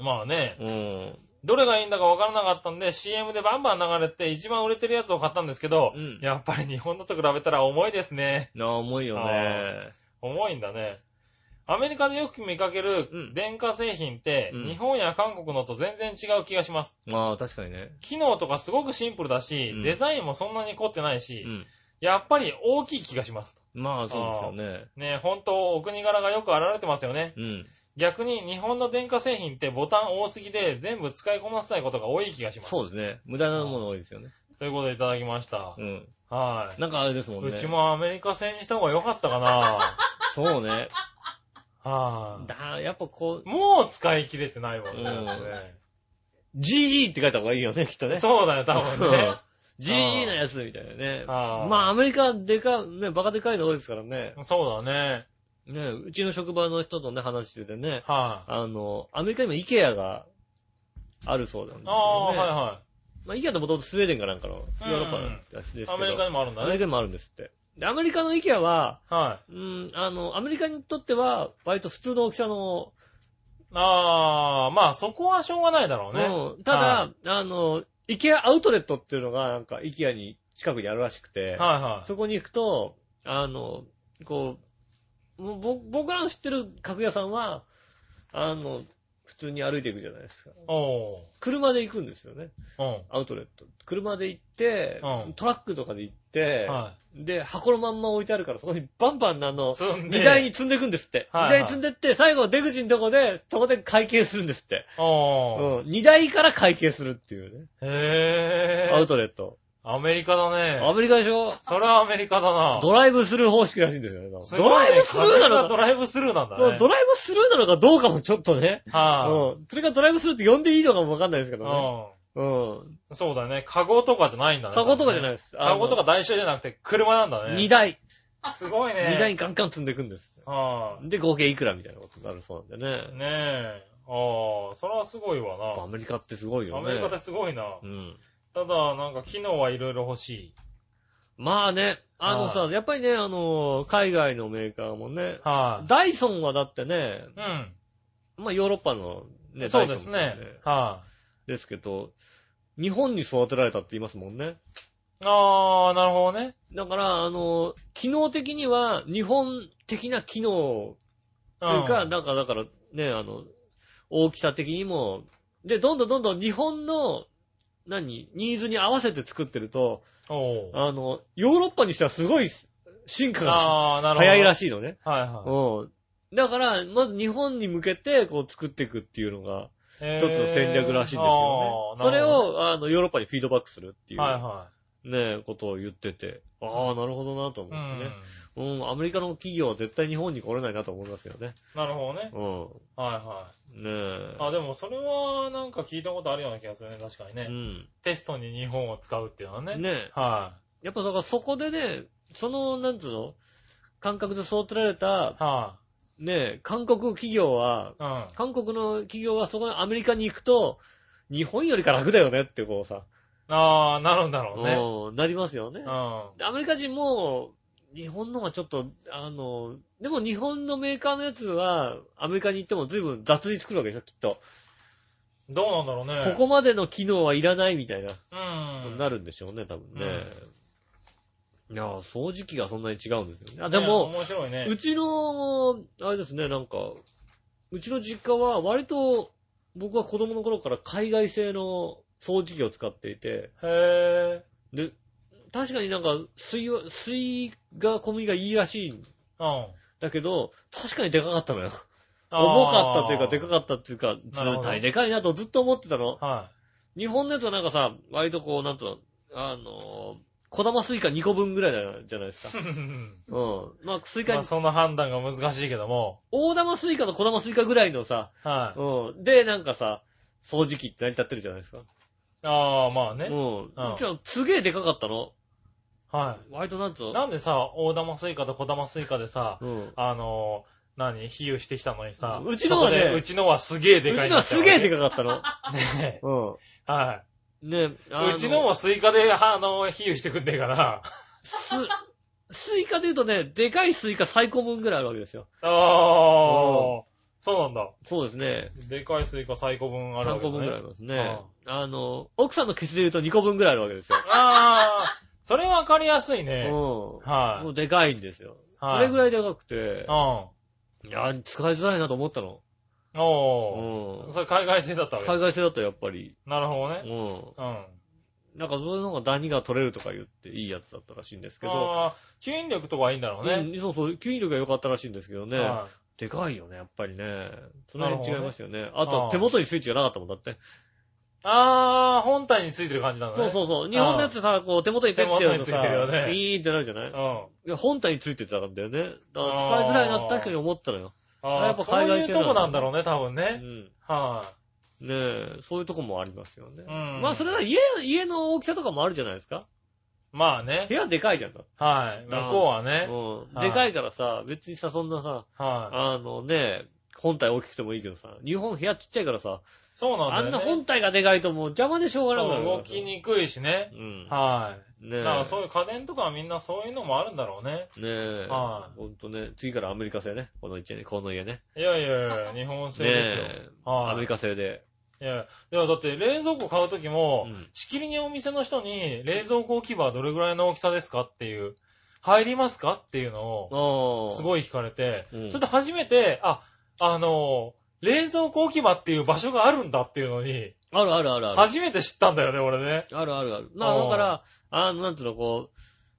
Speaker 3: まあね。
Speaker 2: うん。うん。
Speaker 3: どれがいいんだかわからなかったんで、CM でバンバン流れて、一番売れてるやつを買ったんですけど、
Speaker 2: うん
Speaker 3: やっぱり日本のと比べたら重いですね。
Speaker 2: なあ、重いよね。
Speaker 3: 重いんだね。アメリカでよく見かけ
Speaker 2: うん
Speaker 3: る電化製品って、
Speaker 2: うん
Speaker 3: 日本や韓国のと全然違う気がします。
Speaker 2: まあ、確かにね。
Speaker 3: 機能とかすごくシンプルだし、
Speaker 2: うん
Speaker 3: デザインもそんなに凝ってないうし、
Speaker 2: ん。
Speaker 3: やっぱり大きい気がします。
Speaker 2: まあ、そうですよね。
Speaker 3: ね本当お国柄がよく現れてますよね。
Speaker 2: うん。
Speaker 3: 逆に日本の電化製品ってボタン多すぎで全部使いこなせないことが多い気がします。
Speaker 2: そうですね。無駄なもの多いですよね。
Speaker 3: ということでいただきました
Speaker 2: う。ん。
Speaker 3: は
Speaker 2: なんかあれです
Speaker 3: い。
Speaker 2: もん
Speaker 3: う
Speaker 2: ね。
Speaker 3: ちもアメリカ製にした方が良かった かな
Speaker 2: そうね。
Speaker 3: は
Speaker 2: だ、やっぱこう
Speaker 3: い。、もう使い切れてないもんね。
Speaker 2: うん
Speaker 3: だって
Speaker 2: GE って書いた方がいいよね、きっとね。
Speaker 3: ねそうだよ、多分ね。
Speaker 2: GE のやつみたいなね。
Speaker 3: あー
Speaker 2: まあ、アメリカでか、ね、バカでかいの多いですからね。
Speaker 3: そうだね。
Speaker 2: ね、うちの職場の人とね、話しててね、
Speaker 3: はい。
Speaker 2: あの、アメリカにも IKEA があるそうなんですよ、ね。
Speaker 3: ああ、はいは
Speaker 2: まあ、IKEA ってもともとスウェーデンかなんかの、ヨーロッパのやつですけ
Speaker 3: い。
Speaker 2: ど、
Speaker 3: アメリカにもあるん
Speaker 2: ア
Speaker 3: だ
Speaker 2: メリ
Speaker 3: ね。
Speaker 2: カにもあるんですって。で、アメリカの IKEA は、
Speaker 3: は
Speaker 2: うん、あの、アメリカにとっては、割と普通の大きさの、
Speaker 3: い。ああ、まあそこはしょうがないだろうね。
Speaker 2: うん、ただ、
Speaker 3: は
Speaker 2: あの、IKEA アウトレットっていうのが、なんか IKEA に近くにあるらしくて、
Speaker 3: はいはい。
Speaker 2: そこに行くと、あの、こう、もうぼ僕らの知ってる格屋さんは、あの、普通に歩いていくじゃないですか。
Speaker 3: おー。
Speaker 2: 車で行くんですよね。
Speaker 3: うん。
Speaker 2: アウトレット。車で行って、
Speaker 3: うん
Speaker 2: トラックとかで行って、
Speaker 3: は
Speaker 2: で、箱のまんま置いてあるから、そこにバンバンあの
Speaker 3: い。、積んで
Speaker 2: 荷台に積んでいくんですって。
Speaker 3: は
Speaker 2: 荷
Speaker 3: い
Speaker 2: 台に積んでって、最後出口のとこで、そこで会計するんですって。
Speaker 3: お
Speaker 2: う
Speaker 3: ー。
Speaker 2: ん。荷台から会計するっていうね。
Speaker 3: へ
Speaker 2: アウ
Speaker 3: ぇ
Speaker 2: トレット。
Speaker 3: ー。アメリカだ
Speaker 2: ア
Speaker 3: ね。
Speaker 2: メリカでしょ
Speaker 3: それはアメリカだな。
Speaker 2: ドライブスルー方式らしいんですよね。
Speaker 3: す
Speaker 2: ド
Speaker 3: ごい
Speaker 2: ラ
Speaker 3: ね
Speaker 2: イブスルーなの
Speaker 3: 風
Speaker 2: か
Speaker 3: がドライブスルーなんだ
Speaker 2: そう
Speaker 3: ね。
Speaker 2: ドライブスルーなのかどうかもちょっとね。
Speaker 3: は
Speaker 2: うん。それがドライブスルーって呼んでいいのかもわかんないですけ
Speaker 3: い。
Speaker 2: どね。うん。
Speaker 3: うん。そうだね。カゴとかじゃないんだね。
Speaker 2: カゴとかじゃない
Speaker 3: い。
Speaker 2: です。
Speaker 3: カゴとか台車じゃなくて車なんだ
Speaker 2: あ
Speaker 3: ね
Speaker 2: の。荷台。
Speaker 3: すごいね。
Speaker 2: 荷台にガンガン積んでいくんです。
Speaker 3: は
Speaker 2: で、合計いくらみたいなことになるそうなんで
Speaker 3: い。
Speaker 2: ね。
Speaker 3: ねえ。ああ、それはすごいわ
Speaker 2: やっぱア
Speaker 3: な。
Speaker 2: メリカってすごいよね。
Speaker 3: アメリカってすごいな
Speaker 2: う。ん。
Speaker 3: ただ、なんか機能はいろいろ欲しい。
Speaker 2: まあね、あのさ、
Speaker 3: は
Speaker 2: やっぱりね、あの、海外のメーカーもね、
Speaker 3: は
Speaker 2: ダイソンはだってね、
Speaker 3: い。うん。
Speaker 2: まあヨーロッパのね、
Speaker 3: そうです
Speaker 2: ダイソン
Speaker 3: ね
Speaker 2: もね。
Speaker 3: は
Speaker 2: ですけど、日本に育てられたって言いますもんね。
Speaker 3: い。ああ、なるほどね。
Speaker 2: だから、あの、機能的には日本的な機能
Speaker 3: う
Speaker 2: と
Speaker 3: ん
Speaker 2: いうか、なんかだからね、あの、大きさ的にも、で、どんどんどんどん日本の、何、ニーズに合わせて作ってると、
Speaker 3: おう
Speaker 2: あの、ヨーロッパにしてはすごい進化が
Speaker 3: ああ、なるほど。
Speaker 2: 早いら
Speaker 3: しい。
Speaker 2: しいのね。
Speaker 3: はいは
Speaker 2: うん。だから、まず日本に向けて、こう作っていくっていうのが、
Speaker 3: い。
Speaker 2: 一つの戦略らしいんですよね。
Speaker 3: へー
Speaker 2: それ、を、あの、ヨーロッパにフィードバックするって
Speaker 3: あ
Speaker 2: い
Speaker 3: ー
Speaker 2: う、
Speaker 3: なるほどは
Speaker 2: ね、ことを言ってて、ああ、なるほどなと思
Speaker 3: いは
Speaker 2: っ
Speaker 3: い。
Speaker 2: て
Speaker 3: う
Speaker 2: ねう
Speaker 3: ん。。
Speaker 2: ん、アメリカの企業は絶対日本に来れないなと思いますよね。
Speaker 3: なるほどね。
Speaker 2: う
Speaker 3: はいは
Speaker 2: ん。ねえ
Speaker 3: い。。あ、でもそれはなんか聞いたことあるような気がするね。確かに
Speaker 2: う
Speaker 3: ね。
Speaker 2: ん。
Speaker 3: テストに日本を使うっていうのはね。
Speaker 2: ねえ。
Speaker 3: は
Speaker 2: やっぱだからそこでね、その、なんつうの感覚で育てられた、
Speaker 3: い。は
Speaker 2: ねえ、韓国企業は、
Speaker 3: い。うん。
Speaker 2: 韓国の企業はそこにアメリカに行くと、日本よりか楽だよねってこうさ、
Speaker 3: ああ、なるんだろうね。
Speaker 2: うんなりますよね
Speaker 3: う。ん。
Speaker 2: でアメリカ人も、日本のがちょっと、あの、でも日本のメーカーのやつは、アメリカに行っても随分雑に作るわけでしょ、きっと。
Speaker 3: どうなんだろうね。
Speaker 2: ここまでの機能はいらないみたいな。
Speaker 3: うん。
Speaker 2: なるんでしょうね、多分ね。いやー掃除機がそんなに違うんですよね。あ、で
Speaker 3: ね
Speaker 2: も、
Speaker 3: 面白いね
Speaker 2: う。ちの、あれですね、なんか、うちの実家は割と、僕は子供の頃から海外製の掃除機を使っていて、
Speaker 3: へえ。
Speaker 2: で、確かになんか水は、水が込みがいいらしいん
Speaker 3: うん。
Speaker 2: だけど、確かにでかかったのよ。
Speaker 3: あー
Speaker 2: 重かったというか、でかかったというか、
Speaker 3: なるほど
Speaker 2: 図体でかいなとずっと思ってたの。
Speaker 3: は
Speaker 2: 日本のやつはなんかさ、割とこう、なんと、あのー、小玉スイカ2個分ぐらいじゃないですか。
Speaker 3: い。
Speaker 2: うん。まあ、スイカ
Speaker 3: まあ
Speaker 2: に、
Speaker 3: その判断が難しいけども。
Speaker 2: 大玉スイカと小玉スイカぐらいのさ、
Speaker 3: はい。
Speaker 2: うん。で、なんかさ、掃除機って成り立ってるじゃないですか。
Speaker 3: ああ、まあ
Speaker 2: うん。
Speaker 3: ね。
Speaker 2: う
Speaker 3: うん
Speaker 2: ちはすげえでかかったの。
Speaker 3: は
Speaker 2: 割となんと
Speaker 3: い。、なんでさ、大玉スイカと小玉スイカでさ、
Speaker 2: うん。
Speaker 3: あのー、何比喩してきたのにさ。
Speaker 2: うちのはね
Speaker 3: そこでうちのはすげえで
Speaker 2: う
Speaker 3: かい
Speaker 2: ちのはすげえで
Speaker 3: か
Speaker 2: かかったの。
Speaker 3: い。ねは
Speaker 2: うん。ね、あ
Speaker 3: い。うちのもスイカで、あの、比喩してくんね えから。
Speaker 2: す、スイカで言うとね、でかいスイカ最高分ぐらいあるわけですよ。
Speaker 3: ああ。そうなんだ。
Speaker 2: そうですね。
Speaker 3: でかいスイカ3個分あるわ
Speaker 2: 3
Speaker 3: けだ
Speaker 2: 個
Speaker 3: ね。
Speaker 2: 分ぐらいありますね。あの、奥さんのケツで言うと2個分ぐらいあるわけですよ。
Speaker 3: ああ、それわかりやすいね。
Speaker 2: うん。
Speaker 3: はい
Speaker 2: もうでかいんですよ。
Speaker 3: はい
Speaker 2: それぐらいでかくて、
Speaker 3: う
Speaker 2: いや、使いづらいなと思ったの。
Speaker 3: ん。お
Speaker 2: う
Speaker 3: ー。
Speaker 2: ん。
Speaker 3: それ海外製だったわけ
Speaker 2: 海外製だったらやっぱり。
Speaker 3: なるほど
Speaker 2: う
Speaker 3: ね。
Speaker 2: ん。
Speaker 3: うん。
Speaker 2: なんかそういうのがダニが取れるとか言っていいやつだったらしいんですけど。
Speaker 3: ああ、吸引力とかはいいんだろうね。
Speaker 2: うんそうそう、吸引力が良かったらしいんですけどね。
Speaker 3: は
Speaker 2: でかいよね、やっぱりね。その辺違いましたよね。あ
Speaker 3: あ
Speaker 2: と
Speaker 3: ー
Speaker 2: 手元にスイッチがなかったもんだって。
Speaker 3: いああ、本体についてる感じなんだ
Speaker 2: そ
Speaker 3: ね。
Speaker 2: う
Speaker 3: う
Speaker 2: そうそう。日本のやつさ、こう手元にペッてやるとさ、
Speaker 3: 手元についてるよね
Speaker 2: ビーンってなるじゃない
Speaker 3: うん。
Speaker 2: いや本体についてたんだよね。だから使いづらいなって確かに思ったのよ。
Speaker 3: ああ、
Speaker 2: やっぱ海外製なの
Speaker 3: そういうとこなんだろうね、多分
Speaker 2: う
Speaker 3: ね。
Speaker 2: ん。
Speaker 3: は
Speaker 2: ねえ、そういうとこもありますよね。
Speaker 3: い。うん。
Speaker 2: まあそれは家、家の大きさとかもあるじゃないですか。
Speaker 3: まあね
Speaker 2: 部。屋でかいじゃんだって。
Speaker 3: はい。
Speaker 2: だ
Speaker 3: 向こうはね。
Speaker 2: うん。
Speaker 3: はい
Speaker 2: でかいからさ、別にさ、そんなさ、
Speaker 3: はい。
Speaker 2: あのね、本体大きくてもいいけどさ、日本部屋ちっちゃいからさ、
Speaker 3: そうな
Speaker 2: あ
Speaker 3: ん
Speaker 2: んな
Speaker 3: だよね。
Speaker 2: 本体がでかいともう邪魔でしょうがなくな
Speaker 3: そ
Speaker 2: る。
Speaker 3: う動き。にくいしね。
Speaker 2: うん。
Speaker 3: はい。
Speaker 2: ねえ。
Speaker 3: だからそういう家電とかはみんなそういうのもあるんだろうね。
Speaker 2: ねえ。
Speaker 3: はい
Speaker 2: ほんとね、次からアメリカ製ね。この家ね、この家ね。
Speaker 3: いやいやいや、日本製
Speaker 2: ね
Speaker 3: ですよ。
Speaker 2: え。
Speaker 3: はい
Speaker 2: アメリカ製で。
Speaker 3: いやいや、でもだって冷蔵庫買うときも、
Speaker 2: うん
Speaker 3: しきりにお店の人に、冷蔵庫置き場はどれぐらいの大きさですかっていう、入りますかっていうの
Speaker 2: あ
Speaker 3: を、
Speaker 2: あ。
Speaker 3: す
Speaker 2: い。
Speaker 3: ごい聞かれて、
Speaker 2: うん
Speaker 3: それで初めて、あ、あのー、冷蔵庫置き場っていう場所があるんだっていうのに、
Speaker 2: あるあるあるある。
Speaker 3: 初めて知ったんだよね、俺ね。
Speaker 2: あるあるある。まあ
Speaker 3: あー
Speaker 2: だから、あの、なんていうの、こ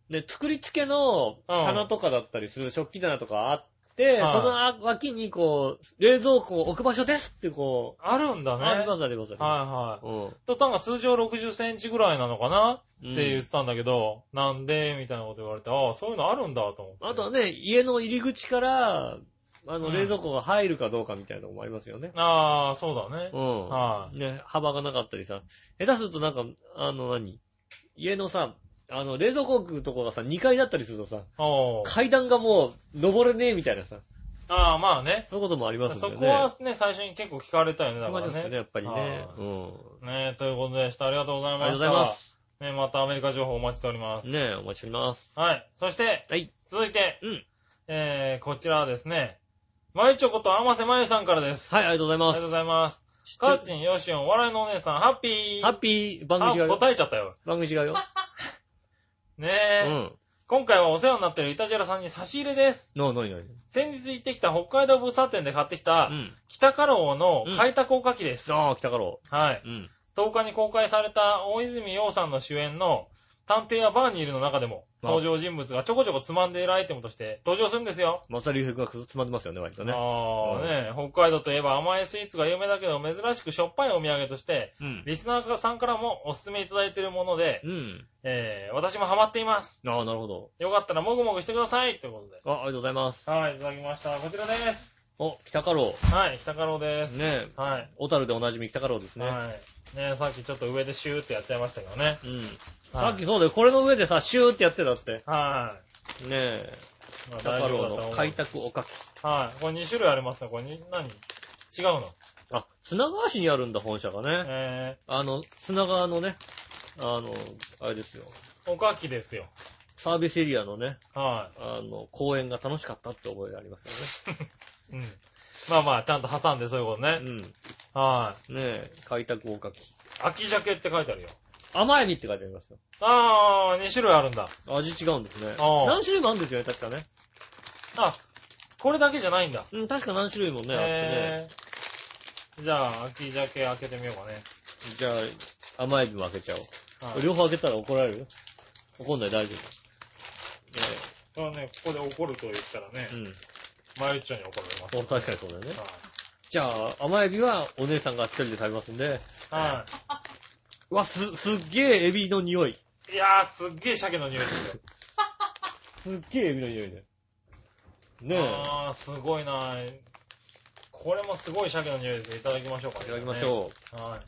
Speaker 2: う、ね、作り付けの棚とかだったりする食器棚とかあって、
Speaker 3: はい
Speaker 2: その脇にこう、冷蔵庫を置く場所ですってこう、
Speaker 3: あるんだね。
Speaker 2: ありま
Speaker 3: は
Speaker 2: すありますあり
Speaker 3: い
Speaker 2: ま
Speaker 3: は
Speaker 2: す。うん
Speaker 3: い。と、なんか通常60センチぐらいなのかな
Speaker 2: うん。
Speaker 3: って言ってたんだけど、なんでみたいなこと言われて、ああ、そういうのあるんだと思って。
Speaker 2: あとはね、家の入り口から、あ
Speaker 3: う
Speaker 2: の、
Speaker 3: ん
Speaker 2: 冷蔵庫が入るかどうかみたいなのもありますよね。
Speaker 3: ああ、そうだね。
Speaker 2: うん。
Speaker 3: はい。
Speaker 2: ね、幅がなかったりさ。下手するとなんか、あの何、家のさ、あの、冷蔵庫置くとこがさ、2階だったりするとさ、
Speaker 3: おー
Speaker 2: 階段がもう、登れねえみたいなさ、
Speaker 3: ああ、まあね。
Speaker 2: そういうこともありますんで
Speaker 3: そ
Speaker 2: ね。
Speaker 3: こはね、最初に結構聞かれたよね、だか
Speaker 2: 困
Speaker 3: ら
Speaker 2: り
Speaker 3: ね。
Speaker 2: ますよね、やっぱりね。う
Speaker 3: はいねえ、ということでした。ありがとうございました。
Speaker 2: ありがとうございます。
Speaker 3: ねえまたアメリカ情報お待ちしております。
Speaker 2: ん。ねえ、お待ちしております。
Speaker 3: はい。そして、
Speaker 2: はい。
Speaker 3: 続いて、
Speaker 2: うん。
Speaker 3: えー、こちらはですね、まゆちょことあませまゆさんからです。
Speaker 2: はい、ありがとうござい
Speaker 3: あ
Speaker 2: ま
Speaker 3: りがとう
Speaker 2: す。
Speaker 3: ございます。カーチン、ヨシオン、お笑いのお姉さん、ハッピー。
Speaker 2: ハッピー、番組違う
Speaker 3: あ、
Speaker 2: よ。
Speaker 3: 答えちゃったよ。
Speaker 2: 番組違うよ。
Speaker 3: ね
Speaker 2: う
Speaker 3: え、
Speaker 2: ん。
Speaker 3: 今回はお世話になっているイタジェラさんに差し入れです。
Speaker 2: の、のにのに。
Speaker 3: 先日行ってきた北海道物産店で買ってきた
Speaker 2: う、ん。
Speaker 3: 北カロウの開拓おかきです。
Speaker 2: ああ、北かろ
Speaker 3: はい。
Speaker 2: う。うん。
Speaker 3: 10日に公開された大泉洋さんの主演の探偵はバーにいるの中でも登場人物がちょこちょこつまんでいるアイテムとして登場するんですよ。
Speaker 2: 松田龍平がつまんでますよね、割とね。
Speaker 3: あ
Speaker 2: う
Speaker 3: あ、
Speaker 2: ん
Speaker 3: ねえ北海道といえば甘いスイーツが有名だけど珍しくしょっぱいお土産として、
Speaker 2: うん。
Speaker 3: リスナーさんからもおすすめいただいているもので、
Speaker 2: うん。
Speaker 3: えー、私もハマっています。
Speaker 2: ああ、なるほど。
Speaker 3: よかったらもぐもぐしてくださいということで。
Speaker 2: あ、ありがとうございます。
Speaker 3: はい、いただきました。こちらです。
Speaker 2: お、北かろ
Speaker 3: はい、北太郎で
Speaker 2: う。
Speaker 3: す。
Speaker 2: ねえ。
Speaker 3: はい。
Speaker 2: 小樽でおなじみ北かろうですね。
Speaker 3: はい。ねえさっきちょっと上でシューってやっちゃいましたけどね。
Speaker 2: うん。さっきそうだよ、これの上でさ、シューってやってたって。
Speaker 3: は
Speaker 2: ねえ。
Speaker 3: い。まあ
Speaker 2: 北
Speaker 3: 大
Speaker 2: か
Speaker 3: 丈
Speaker 2: ろ
Speaker 3: 夫だと
Speaker 2: う
Speaker 3: 思
Speaker 2: の
Speaker 3: う
Speaker 2: 開拓おかき。
Speaker 3: はい。これ2種類ありますね。これに、何違うの
Speaker 2: あ、砂川市にあるんだ、本社がね。
Speaker 3: え
Speaker 2: あの、砂川のね、あの、あれですよ、
Speaker 3: ー、おかきですよ。
Speaker 2: サービスエリアのね、
Speaker 3: は
Speaker 2: あの、公園が楽しかったって覚えがあります
Speaker 3: い。うん。まあまあ、ちゃんと挟んでそういうこと
Speaker 2: よ
Speaker 3: ね。
Speaker 2: ね。
Speaker 3: は
Speaker 2: うん。ねえ、開拓おかき。
Speaker 3: い。秋鮭って書いてあるよ。
Speaker 2: 甘エビって書いてありますよ。
Speaker 3: あー、2種類あるんだ。
Speaker 2: 味違うんですね。
Speaker 3: ああ
Speaker 2: 何種類もあるんですよね、確かね。
Speaker 3: あ、これだけじゃないんだ。
Speaker 2: うん、確か何種類もね、あってね。
Speaker 3: えー、じゃあ、秋鮭開けてみようかね。
Speaker 2: じゃあ、甘エビも開けちゃおう。
Speaker 3: はい。
Speaker 2: 両方開けたら怒られるよ怒んない、大丈
Speaker 3: これはね、ここで怒ると言ったらね
Speaker 2: 夫。、うん。
Speaker 3: マユッチョに怒られます。
Speaker 2: そう、確かにそうだよね。
Speaker 3: はい
Speaker 2: じゃあ、甘エビはお姉さんが一人で食べますんで。
Speaker 3: は
Speaker 2: うわ、す、すっげえエビの匂い。
Speaker 3: い。いやー、すっげー鮭の匂いですよ。
Speaker 2: すっげえエビの匂いね。ねえ。
Speaker 3: あー、すごいなこれもすごい鮭の匂いですよ。いただきましょうかね。
Speaker 2: いただきましょ
Speaker 3: はい。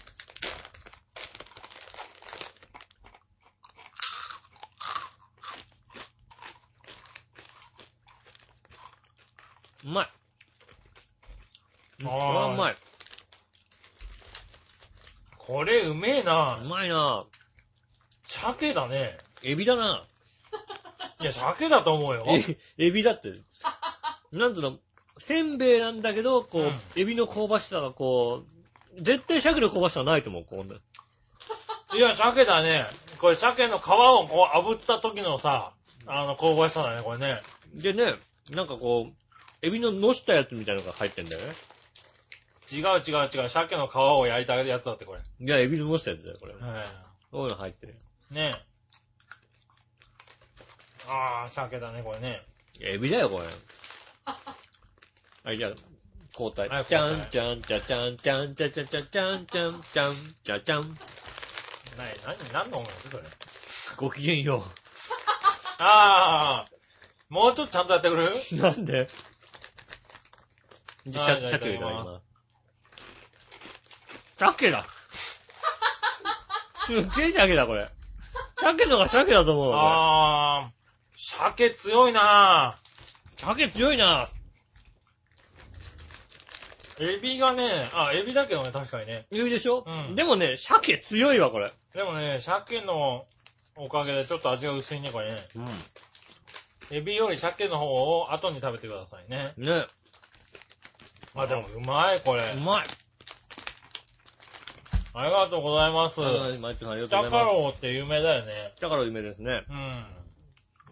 Speaker 2: う。うまい。
Speaker 3: あー
Speaker 2: これはうまい。
Speaker 3: これうめえ
Speaker 2: う
Speaker 3: な
Speaker 2: まいな
Speaker 3: 鮭だね。
Speaker 2: エビだない
Speaker 3: や、鮭だと思うよ。
Speaker 2: え、エビだって。なんつうの、せんべいなんだけど、こう、
Speaker 3: うん
Speaker 2: エビの香ばしさがこう、絶対鮭の香ばしさはないと思う、こんな。
Speaker 3: いや、鮭だね。これ鮭の皮をこう炙った時のさ、あの、香ばしさだね、これね。
Speaker 2: でね、なんかこう、エビののしたやつみたいなのが入ってんだよね。
Speaker 3: 違う違う違う。鮭の皮を焼いたやつだって、これ。
Speaker 2: いや、エビののしたやつだよ、これ。
Speaker 3: う
Speaker 2: そういうの入ってる。
Speaker 3: ん。ねえ。あー、鮭だね、これね。
Speaker 2: エビだよ、これ。はい、じゃあ、交代。
Speaker 3: はい
Speaker 2: ちゃ
Speaker 3: 交
Speaker 2: ん
Speaker 3: 代
Speaker 2: ちゃんちゃちゃんちゃんちゃちゃちゃちゃんちゃんちゃんちゃちゃん。
Speaker 3: なに、なに、何の音楽それ。
Speaker 2: ごきげんよ
Speaker 3: あー、もうちょっとちゃんとやってくれる
Speaker 2: う。 なんでじゃ
Speaker 3: はい
Speaker 2: あ、
Speaker 3: じゃあ
Speaker 2: 鮭い
Speaker 3: い
Speaker 2: た
Speaker 3: た
Speaker 2: だ
Speaker 3: だ
Speaker 2: き
Speaker 3: き
Speaker 2: ます。鮭 だすっげえ鮭だ、これ。鮭のが鮭だと思うわ。
Speaker 3: あー、鮭強いな
Speaker 2: これ鮭強いな。
Speaker 3: エビがね、あ、エビだけどね、確かにね。
Speaker 2: 言うでしょ、
Speaker 3: うん
Speaker 2: でもね、鮭強いわ、これ。
Speaker 3: でもね、鮭のおかげでちょっと味が薄いね、これね。
Speaker 2: うん。
Speaker 3: エビより鮭の方を後に食べてくださいね。
Speaker 2: ね
Speaker 3: あ、でもうまい、これ。
Speaker 2: うまい。
Speaker 3: ありがとうございます。
Speaker 2: はい、マイチさんありがとうご
Speaker 3: 北
Speaker 2: ざ
Speaker 3: カ
Speaker 2: います。
Speaker 3: ローって有名だよね。
Speaker 2: だから有名ですね。
Speaker 3: うん。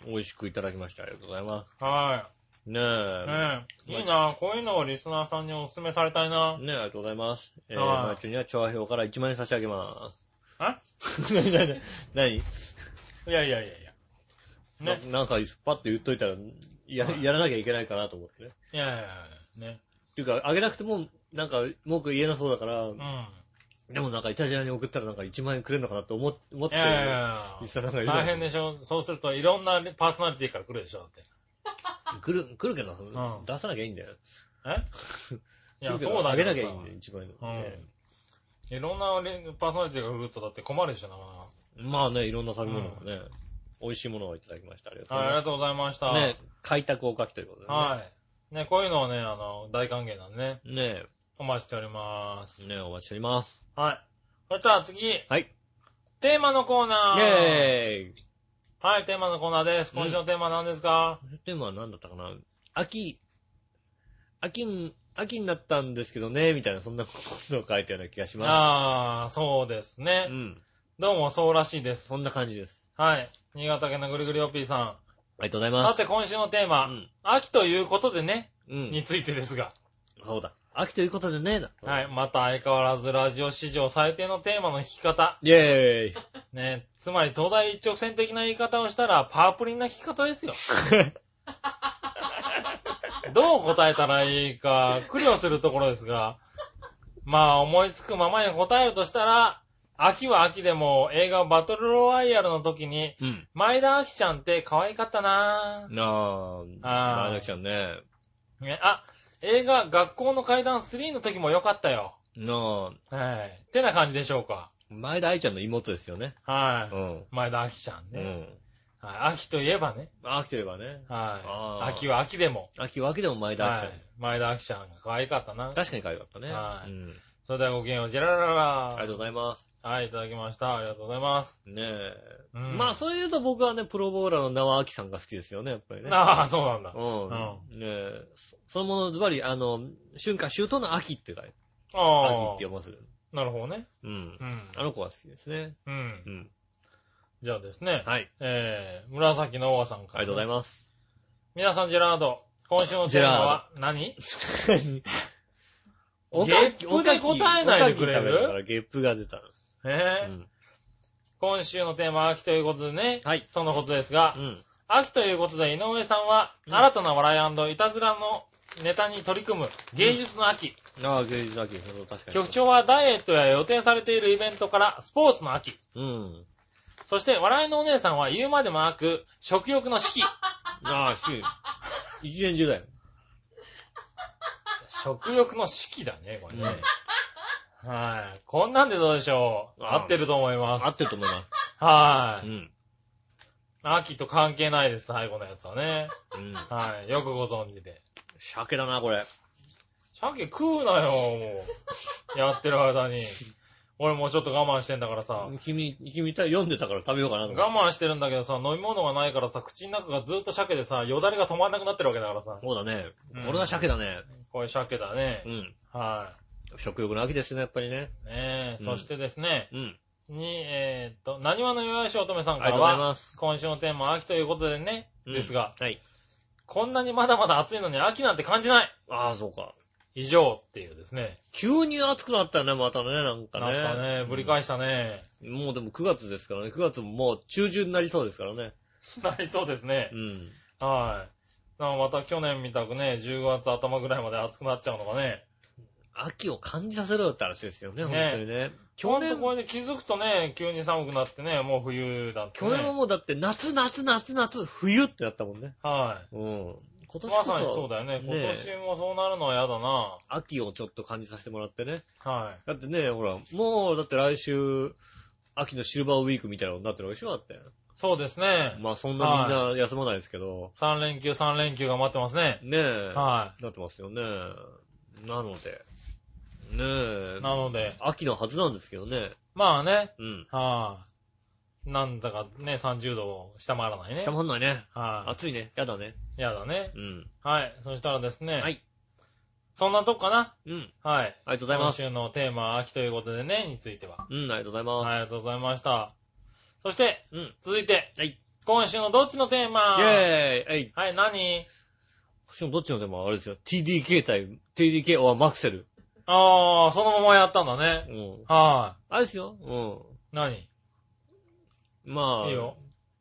Speaker 2: 美味しくいただきました。ありがとうございます。
Speaker 3: は
Speaker 2: ね
Speaker 3: い。
Speaker 2: え。
Speaker 3: ねえ。いいな、こういうのをリスナーさんにお勧めされたいな。
Speaker 2: ねえ、ありがとうございます。えー、
Speaker 3: はい
Speaker 2: マイチには調和票から1万円差し上げます。
Speaker 3: あ
Speaker 2: 何何何
Speaker 3: いやいやいやいや。ね。
Speaker 2: ななんか、パッと言っといたら、や、
Speaker 3: はい
Speaker 2: やらなきゃいけないかなと思ってね。
Speaker 3: いやいやいや。ね。
Speaker 2: っていうか、あげなくても、なんか、文句言えなそうだから
Speaker 3: う、ん。
Speaker 2: でもなんか、イタジアに送ったらなんか1万円くれるのかなって思っ思っ
Speaker 3: い
Speaker 2: て、
Speaker 3: やいやいや
Speaker 2: 実際なんかいるの
Speaker 3: 大変でしょ。そうするといろんなパーソナリティから来るでしょ、だって。
Speaker 2: 来る、来るけど、
Speaker 3: うん
Speaker 2: 出さなきゃいいんだよ。
Speaker 3: えいや、
Speaker 2: 来るけど
Speaker 3: そうだ
Speaker 2: あげ
Speaker 3: けど
Speaker 2: な
Speaker 3: さ
Speaker 2: きゃいいんだよ、1万円の。
Speaker 3: うん
Speaker 2: ね
Speaker 3: いろんなねパーソナリティが来るとだって困るでしょ、なかなか。
Speaker 2: まあね、いろんな食べ物がね、美味しいものをいただきました。ありがとうご
Speaker 3: はい、
Speaker 2: ざい
Speaker 3: あり
Speaker 2: ま
Speaker 3: がとうございました。
Speaker 2: す。ね、開拓おかきということでね。
Speaker 3: はい。ね、こういうのをね、あの、大歓迎なんでね、
Speaker 2: ね
Speaker 3: お待ちしております。
Speaker 2: え、ねえ、お待ちしております。
Speaker 3: はい。それでは次、
Speaker 2: はい。
Speaker 3: テーマのコー
Speaker 2: イ
Speaker 3: ナー。
Speaker 2: ェーイ
Speaker 3: はい、テーマのコーナーです。今週のテーマ何ですか、
Speaker 2: テーマは何だったかな秋、秋に、秋になったんですけどね、みたいな、そんなことを書いたような気がしま
Speaker 3: あー、そうですね
Speaker 2: す。う。ん。
Speaker 3: どうもそうらしいです。
Speaker 2: そんな感じです。
Speaker 3: はい。新潟県のぐりぐりおっぴーさ
Speaker 2: ありがとうござい
Speaker 3: ん。
Speaker 2: ま
Speaker 3: さ
Speaker 2: す。
Speaker 3: て今週のテーマ、
Speaker 2: うん
Speaker 3: 秋ということでね、
Speaker 2: うん
Speaker 3: に。ついてですが、
Speaker 2: そうだ。秋ということでね、だ。
Speaker 3: はい。。また相変わらずラジオ史上最低のテーマの弾き方。
Speaker 2: イェーイ
Speaker 3: ねつまり東大一直線的な言い方をしたら、パープリンな聞き方 ですよ。どう答えたらいいか、苦慮するところですが、まあ思いつくままに答えるとしたら、秋は秋でも映画バトルロワイヤルの時に、
Speaker 2: うん。
Speaker 3: 前田秋ちゃんって可愛かったな
Speaker 2: なあ、
Speaker 3: あー
Speaker 2: あきちゃんね。
Speaker 3: ぁ。ねあ、映画学校の階段3の時も良かったよ。
Speaker 2: なあ、
Speaker 3: はい。ってな感じでしょうか。
Speaker 2: 前田愛ちゃんの妹ですよね。
Speaker 3: は
Speaker 2: う
Speaker 3: い。
Speaker 2: ん。
Speaker 3: 前田秋ちゃん
Speaker 2: う
Speaker 3: ね。
Speaker 2: ん。
Speaker 3: はい、秋といえばね。
Speaker 2: 秋といえばね。あ
Speaker 3: は
Speaker 2: ー
Speaker 3: い。秋は秋でも。
Speaker 2: 秋は秋でも前田愛ちゃん。
Speaker 3: はい。前田明ちゃんが可愛かったな。
Speaker 2: 確かに可愛かったね。
Speaker 3: はい
Speaker 2: うん。
Speaker 3: それではごきげんよう、ジェララ
Speaker 2: あり
Speaker 3: ラ。
Speaker 2: がとうございます。
Speaker 3: はい、いただきました。ありがとうございます。
Speaker 2: ねえ。
Speaker 3: うん
Speaker 2: まあ、そういうと僕はね、プロボーラーの名は秋さんが好きですよね、やっぱりね。
Speaker 3: ああ、そうなんだ。
Speaker 2: う
Speaker 3: あ
Speaker 2: ん。ねえ、そそのものズバリ、あの、春夏秋冬の秋って書いて、秋
Speaker 3: あ
Speaker 2: って読まする。
Speaker 3: ー。なるほどね。
Speaker 2: うん
Speaker 3: う。ん。
Speaker 2: あの子は好きですね。
Speaker 3: うん
Speaker 2: う。ん。
Speaker 3: じゃあですね。
Speaker 2: はい。
Speaker 3: えー、紫のおさん
Speaker 2: あり
Speaker 3: から。
Speaker 2: がとうござい
Speaker 3: ま
Speaker 2: ます。
Speaker 3: す。皆さん、ジェラード。今週のテーマは 何ゲップで答えないでくれ
Speaker 2: おかき食べた
Speaker 3: る
Speaker 2: からゲップが出た。
Speaker 3: え
Speaker 2: う
Speaker 3: ー
Speaker 2: ん。
Speaker 3: 今週のテーマは秋ということでね。
Speaker 2: はい。
Speaker 3: そのことですが
Speaker 2: う、ん。
Speaker 3: 秋ということで井上さんは、
Speaker 2: うん
Speaker 3: 新たな笑いいたずらのネタに取り組む芸術の秋。
Speaker 2: ああ、芸術の秋、そう確かに。
Speaker 3: 局長はダイエットや予定されているイベントからスポーツの秋。
Speaker 2: うん。
Speaker 3: そして笑いのお姉さんは言うまでもなく食欲の 四季。
Speaker 2: ああ、好き。一年中だよ。
Speaker 3: 食欲の四季だね、これね。
Speaker 2: う
Speaker 3: はい。こんなんでどうでしょう。
Speaker 2: うん
Speaker 3: 合ってると思いま
Speaker 2: ん。合っ
Speaker 3: す。
Speaker 2: てると思いま
Speaker 3: は
Speaker 2: す。う
Speaker 3: い。
Speaker 2: ん。
Speaker 3: 秋と関係ないです、最後のやつはね。
Speaker 2: うん。
Speaker 3: はい。よくご存知で。
Speaker 2: 鮭だな、これ。
Speaker 3: 鮭食うなよ、もう。やってる間に。俺もうちょっと我慢してんだからさ。
Speaker 2: 君、君た読んでたから食べようかなと思って。
Speaker 3: 我慢してるんだけどさ、飲み物がないからさ、口の中がずっと鮭でさ、よだれが止まんなくなってるわけだからさ。
Speaker 2: そうだね
Speaker 3: うん。
Speaker 2: これは鮭だね。
Speaker 3: こういう鮭だね
Speaker 2: う。ん。
Speaker 3: は
Speaker 2: 食欲の秋ですね、やっぱりね。
Speaker 3: い。ねえ、
Speaker 2: うん
Speaker 3: そしてですね、
Speaker 2: うん。
Speaker 3: に、えーっと、何話の弱いし乙女さん
Speaker 2: ありが
Speaker 3: か
Speaker 2: とう
Speaker 3: ら
Speaker 2: ござい
Speaker 3: は、
Speaker 2: ます。
Speaker 3: 今週のテーマは秋ということでね、
Speaker 2: うん
Speaker 3: ですが、。
Speaker 2: はい。
Speaker 3: こんなにまだまだ暑いのに秋なんて感じない
Speaker 2: ああ、そうか。
Speaker 3: 以上っていうですね。
Speaker 2: 急に暑くなったね、またね、なんかね。
Speaker 3: なんかね、ぶり返し たね。
Speaker 2: もうでも9月ですからね。9月ももう中旬になりそうですからね。
Speaker 3: なりそうですね
Speaker 2: う。ん。
Speaker 3: はい。なんかまた去年みたくね、10月頭ぐらいまで暑くなっちゃうのがね。
Speaker 2: 秋を感じさせろよって話ですよね、
Speaker 3: ね
Speaker 2: 本当にね。去
Speaker 3: ほん
Speaker 2: 年
Speaker 3: と、これで気づくとね、急に寒くなってね、もう冬だって、
Speaker 2: 去
Speaker 3: ね。
Speaker 2: 年はもうだって夏、夏、夏、夏、冬ってなったもんね。
Speaker 3: は
Speaker 2: うん。今
Speaker 3: い。
Speaker 2: 年こ
Speaker 3: まさにそう
Speaker 2: そ、
Speaker 3: だよね。
Speaker 2: ね
Speaker 3: 今年もそうなるのは嫌だな。
Speaker 2: 秋をちょっと感じさせてもらってね。
Speaker 3: は
Speaker 2: だってね、ほら、もうだって来週、秋のシルバーウィークみたいなことになってるわけでしょだって。
Speaker 3: い。そうですね。
Speaker 2: まあそんなみんな休まないですけど。
Speaker 3: 3連休、3連休が待ってますね。
Speaker 2: ねえ。
Speaker 3: は
Speaker 2: なってますよね。なので。ねえ
Speaker 3: い。。なので、
Speaker 2: 秋のはずなんですけどね。
Speaker 3: まあね、
Speaker 2: うん。
Speaker 3: はい。なんだかね、30度を下回らないね
Speaker 2: た。まんないね。
Speaker 3: は
Speaker 2: 暑いね。やだね。
Speaker 3: い。やだね。
Speaker 2: うん。
Speaker 3: はい。そしたらですね。
Speaker 2: はい。
Speaker 3: そんなとこかな
Speaker 2: うん。
Speaker 3: はい。
Speaker 2: ありがとうございます。
Speaker 3: 今週のテーマは秋ということでね、については。
Speaker 2: うん、ありがとうございます。
Speaker 3: はい、ありがとうございました。そして、
Speaker 2: うん。
Speaker 3: 続いて、
Speaker 2: はい。
Speaker 3: 今週のどっちのテーマ
Speaker 2: イェーイえい。
Speaker 3: はい、何
Speaker 2: しかもどっちのでもあれですよ。TDK 対、TDK はマクセル。
Speaker 3: あー、そのままやったんだ
Speaker 2: う
Speaker 3: ね。
Speaker 2: ん。
Speaker 3: は
Speaker 2: あれですよ。う
Speaker 3: い。何
Speaker 2: ん。まあ、
Speaker 3: いいよ。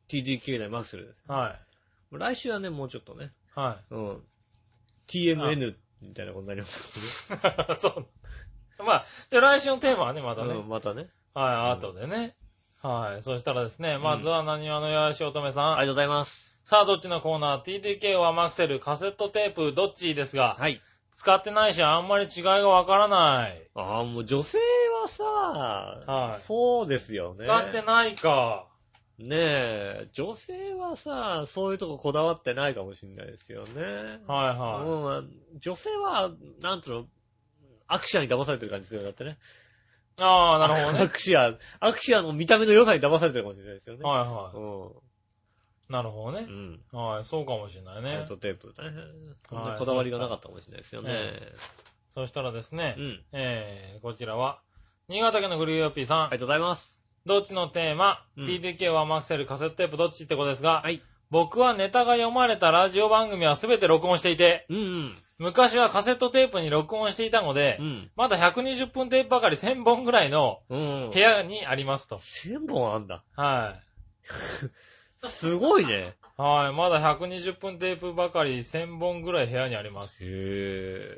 Speaker 2: TDK 対マクセルです。
Speaker 3: は
Speaker 2: 来週はね、もうちょっとね。
Speaker 3: い。は
Speaker 2: うん。TMN みたいなことになりますけどね
Speaker 3: い。 そう。まあ、で、来週のテーマはね、またね。
Speaker 2: うんまたね。
Speaker 3: はい、後でね。はい。そしたらですね、まずは何話のよしおとめさん。
Speaker 2: ありがとうございます。
Speaker 3: さあ、どっちのコーナー ?TDK はマクセル、カセットテープ、どっちですが、
Speaker 2: はい。
Speaker 3: 使ってないし、あんまり違いがわからない。
Speaker 2: ああ、もう女性はさ、
Speaker 3: はい
Speaker 2: そうですよね。
Speaker 3: 使ってないか。
Speaker 2: ねえ、女性はさ、そういうとここだわってないかもしれないですよね。
Speaker 3: はいは
Speaker 2: うん、女性は、なんつうの、アクシアに騙されてる感じでするよね、だってね。
Speaker 3: い。ああ、なるほ ど
Speaker 2: ア
Speaker 3: ね。
Speaker 2: クシア、アクシアの見た目の良さに騙されてるかもしれないですよね。
Speaker 3: はいは
Speaker 2: う
Speaker 3: い。なるほどね
Speaker 2: ん。う。ん。
Speaker 3: はい、そうかもしれない
Speaker 2: カ
Speaker 3: ね
Speaker 2: セッ。トテープ、大変。こんなこだわりがなかったかもしれないですよね。
Speaker 3: そしたらですね
Speaker 2: う、ん。
Speaker 3: えー、こちらは、新潟県のフリーヨッピーさん、
Speaker 2: ありがとうございます。
Speaker 3: どっちのテーマ、
Speaker 2: うん
Speaker 3: TDK はマクセル、カセットテープどっちってことですが、
Speaker 2: はい
Speaker 3: 僕はネタが読まれたラジオ番組は全て録音していて、
Speaker 2: うんうん。
Speaker 3: 昔はカセットテープに録音していたので、
Speaker 2: うん。
Speaker 3: まだ120分テープばかり1000本ぐらいの
Speaker 2: うん。
Speaker 3: 部屋にありますと。
Speaker 2: 1000本あんだ。
Speaker 3: はい。
Speaker 2: すごいね。
Speaker 3: はい。まだ120分テープばかり1000本ぐらい部屋にあります。
Speaker 2: へ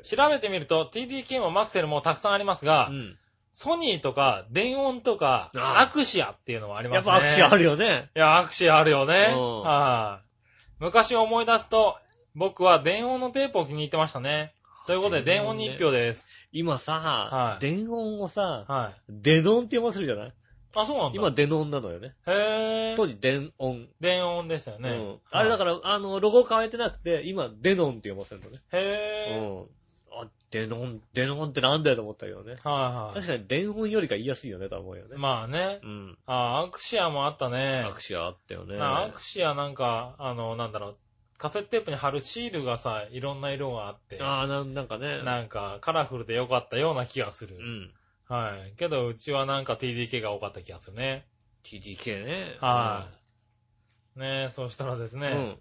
Speaker 2: え。
Speaker 3: 調べてみると TDK もマクセルもたくさんありますが、
Speaker 2: うん。
Speaker 3: ソニーとか電音とか
Speaker 2: ああ
Speaker 3: アクシアっていうのもあり
Speaker 2: や
Speaker 3: ま
Speaker 2: っ
Speaker 3: すね。
Speaker 2: ぱアクシアあ
Speaker 3: る。
Speaker 2: るよね。
Speaker 3: いや、アクシアあるよね。
Speaker 2: うん
Speaker 3: はい。昔を思い出すと、僕は電音のテープを気に入ってましたね。ということで、電音に一票です。
Speaker 2: 今さ、
Speaker 3: はい
Speaker 2: 電音をさ、
Speaker 3: はい。
Speaker 2: デノンって読ませるじゃない
Speaker 3: あ、そうなんだ。
Speaker 2: 今デノンなのよね。
Speaker 3: へ
Speaker 2: 当
Speaker 3: ぇ
Speaker 2: 時電音。
Speaker 3: 電音でしたよね。
Speaker 2: うん。あれだから、あの、ロゴ変えてなくて、今デノンって読ませるのね。
Speaker 3: ら。へ
Speaker 2: うん。あ、デノン、デノンってなんだよと思ったけどね。
Speaker 3: ぇはいはい
Speaker 2: 確かに電音よりか言いやすいよねとは思うよね。。
Speaker 3: まあね。
Speaker 2: うん。
Speaker 3: あ、アクシアもあったね
Speaker 2: ア。クシアあったよね。
Speaker 3: なアクシアなんか、あの、なんだろう、カセットテープに貼るシールがさ、いろんな色があって。
Speaker 2: ああ、なんなんかね。
Speaker 3: なんか、カラフルで良かったような気がする。
Speaker 2: うん。
Speaker 3: はい。けど、うちはなんか TDK が多かった気がするね。
Speaker 2: TDK ね。
Speaker 3: はい。ねえ、そうしたらです
Speaker 2: い
Speaker 3: ね、
Speaker 2: うん。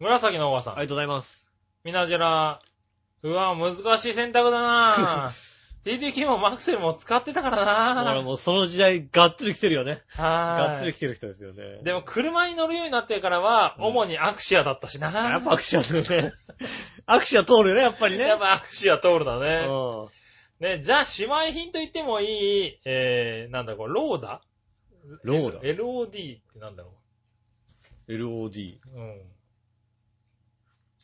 Speaker 3: 紫のおばさ
Speaker 2: あ
Speaker 3: ん、
Speaker 2: りがとうございます。
Speaker 3: ミナジェラ、うわ、難しい選択 だなぁ TDK もマクセルも使ってたから
Speaker 2: 俺
Speaker 3: なぁ
Speaker 2: もうその時代、がっつり来てるよね。がっつ
Speaker 3: は
Speaker 2: り来てる人ですよね
Speaker 3: い。。でも、車に乗るようになってからは、
Speaker 2: うん
Speaker 3: 主にアクシアだったしなぁ
Speaker 2: やっぱアクシアだよね。 アクシア通るよね、やっぱりね。
Speaker 3: やっぱアクシア通るだ
Speaker 2: う
Speaker 3: ね。
Speaker 2: ん。
Speaker 3: ね、じゃあ、姉妹品と言ってもいい、えー、なんだこれ、ローダ
Speaker 2: ローダ。
Speaker 3: ?LOD ってなんだろう
Speaker 2: LOD。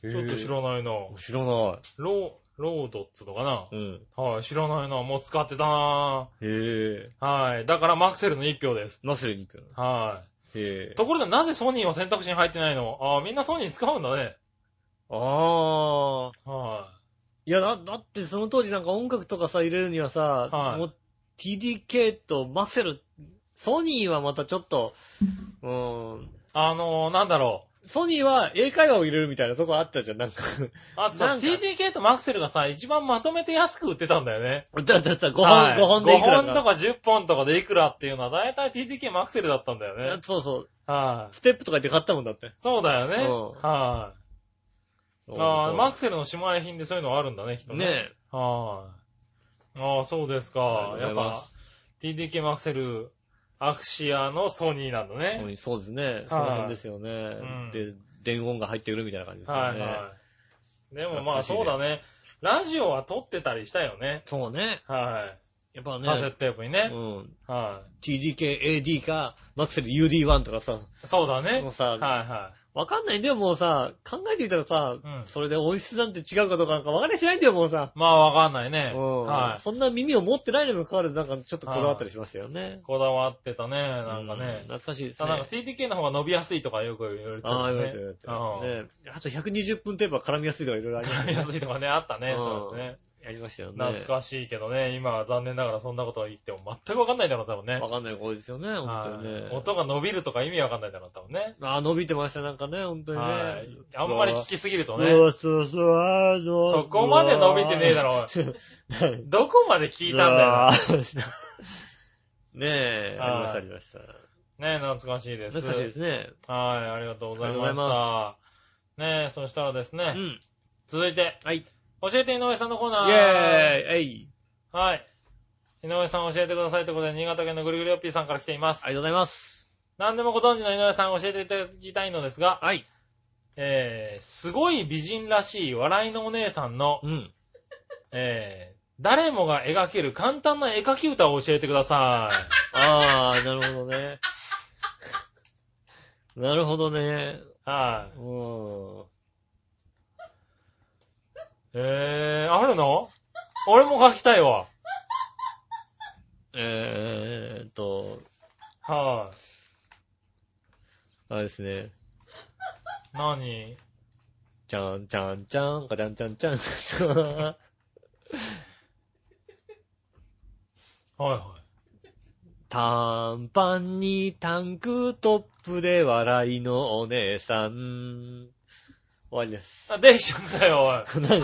Speaker 3: うん。ちょっと知らないな。
Speaker 2: 知らな。
Speaker 3: ロー、ロードっつうのかない
Speaker 2: うん。
Speaker 3: はい、知らないな。もう使ってたな
Speaker 2: へえ。
Speaker 3: はい。だからマクセルの一票です。
Speaker 2: ナスレに行くの
Speaker 3: は
Speaker 2: へえ
Speaker 3: い。。ところでなぜソニーは選択肢に入ってないのああ、みんなソニー使うんだね。
Speaker 2: ああ。
Speaker 3: はい
Speaker 2: や、だ、だってその当時なんか音楽とかさ、入れるにはさ、
Speaker 3: はい
Speaker 2: もう TDK とマセル、ソニーはまたちょっ と、うーん、
Speaker 3: あのー、なんだろ
Speaker 2: ソニーは英会話を入れるみたいなとこあったじゃん、なん か。
Speaker 3: う。あとさ、
Speaker 2: なんか
Speaker 3: TDK とマクセルがさ、一番まとめて安く売ってたんだよね。
Speaker 2: だだだ、5本、
Speaker 3: はい
Speaker 2: 5本でいくら
Speaker 3: 5本とか10本とかでいくらっていうのは、だいたい TDK マクセルだったんだよね。はい、
Speaker 2: そうそう。ステップとか言って買ったもんだって。
Speaker 3: そうだよね。はい、
Speaker 2: うん
Speaker 3: ああ、マ
Speaker 2: ク
Speaker 3: クセルの姉妹品でそういうのがあるんだね、きっとね。
Speaker 2: ね
Speaker 3: はい、あ。あそうですか
Speaker 2: あ。りが
Speaker 3: や
Speaker 2: と
Speaker 3: っ
Speaker 2: うございま
Speaker 3: ぱ、TDK マクセル、アクシアのソニーなんだ
Speaker 2: え
Speaker 3: ね。
Speaker 2: そうですね。その辺ですよね。
Speaker 3: ん
Speaker 2: で、伝言が入ってくるみたいな感じですよね。
Speaker 3: はいはい。でもま
Speaker 2: 懐
Speaker 3: あ
Speaker 2: かしいね
Speaker 3: そうだね。ラジオは撮ってたりしたよね。
Speaker 2: そうね。
Speaker 3: は
Speaker 2: やっぱ
Speaker 3: い。カセッ
Speaker 2: ね、
Speaker 3: トテープに
Speaker 2: う
Speaker 3: ね。
Speaker 2: ん。
Speaker 3: は
Speaker 2: TDKAD か、マクセル UD1 とかさ、
Speaker 3: い。そうだね
Speaker 2: もう。さ、
Speaker 3: はいは
Speaker 2: わかんないんだよ、もうさ、考えてみたらさ、
Speaker 3: うん
Speaker 2: それで音質なんて違うかどうかなんかわかりゃしないんだよ、もうさ。
Speaker 3: い。まあわかんないね。
Speaker 2: うん
Speaker 3: は
Speaker 2: そんな耳を持ってないのにもかかわらず、なんかちょっとこだわったりしましたよね
Speaker 3: い。。こだわってたね、なんか
Speaker 2: う
Speaker 3: ね。
Speaker 2: 懐かしいです
Speaker 3: さ、なん
Speaker 2: ね
Speaker 3: か。TDK の方が伸びやすいとかよく言われてた
Speaker 2: ああ、
Speaker 3: よ
Speaker 2: 言わ
Speaker 3: ね。
Speaker 2: れてる言わ
Speaker 3: う
Speaker 2: れ
Speaker 3: ん
Speaker 2: てる。ねあと120分テープは絡みやすいとかいろいろありま
Speaker 3: 伸
Speaker 2: した
Speaker 3: び
Speaker 2: よ
Speaker 3: や
Speaker 2: ね
Speaker 3: すいとかね、あったね。
Speaker 2: うん
Speaker 3: そうだね。
Speaker 2: やりましたよね。
Speaker 3: 懐かしいけどね、今は残念ながらそんなことは言っても全くわかんないだろう、多分ね。
Speaker 2: わかんないことですよね、本当にね
Speaker 3: はい。音が伸びるとか意味わかんないだろう、多分ね。
Speaker 2: ああ、伸びてました、なんかね、本当にね
Speaker 3: はい。。あんまり聞きすぎるとね。
Speaker 2: そうそうそう、あの
Speaker 3: そこまで伸びてねえだろ。
Speaker 2: 聞
Speaker 3: どこまで聞いたんだよな。
Speaker 2: よ。ねえ、
Speaker 3: は
Speaker 2: あ
Speaker 3: い
Speaker 2: りました、ありました。
Speaker 3: ねえ、懐かしいです。
Speaker 2: 懐かしいですね。
Speaker 3: はい、ありがとうござい
Speaker 2: あ
Speaker 3: まし
Speaker 2: りがとうござい
Speaker 3: た。ねえ、そしたらです
Speaker 2: う
Speaker 3: ね、
Speaker 2: ん。
Speaker 3: 続いて、
Speaker 2: はい。イ
Speaker 3: 教えて井上さんのコー
Speaker 2: ェ
Speaker 3: ナ
Speaker 2: ー
Speaker 3: ー。
Speaker 2: イえい
Speaker 3: はい。井上さん教えてくださいということで、新潟県のぐるぐるよっぴーさんから来ています。
Speaker 2: ありがとうございます。
Speaker 3: 何でもご存知の井上さん教えていただきたいのですが、
Speaker 2: はい。
Speaker 3: えー、すごい美人らしい笑いのお姉さんの、
Speaker 2: うん。
Speaker 3: えー、誰もが描ける簡単な絵描き歌を教えてください。
Speaker 2: ああ、なるほどね。 なるほどね。
Speaker 3: は
Speaker 2: う
Speaker 3: い。
Speaker 2: ん。
Speaker 3: えー、あるの俺も描きたいわ。
Speaker 2: えーっと、
Speaker 3: は
Speaker 2: あれですね。
Speaker 3: い。何
Speaker 2: じゃんじゃんじゃんかじゃんじゃんじゃん。 は
Speaker 3: はいはい。
Speaker 2: 短パンにタンクトップで笑いのお姉さん。終わりです。
Speaker 3: あ、デイションだよ、おい。
Speaker 2: な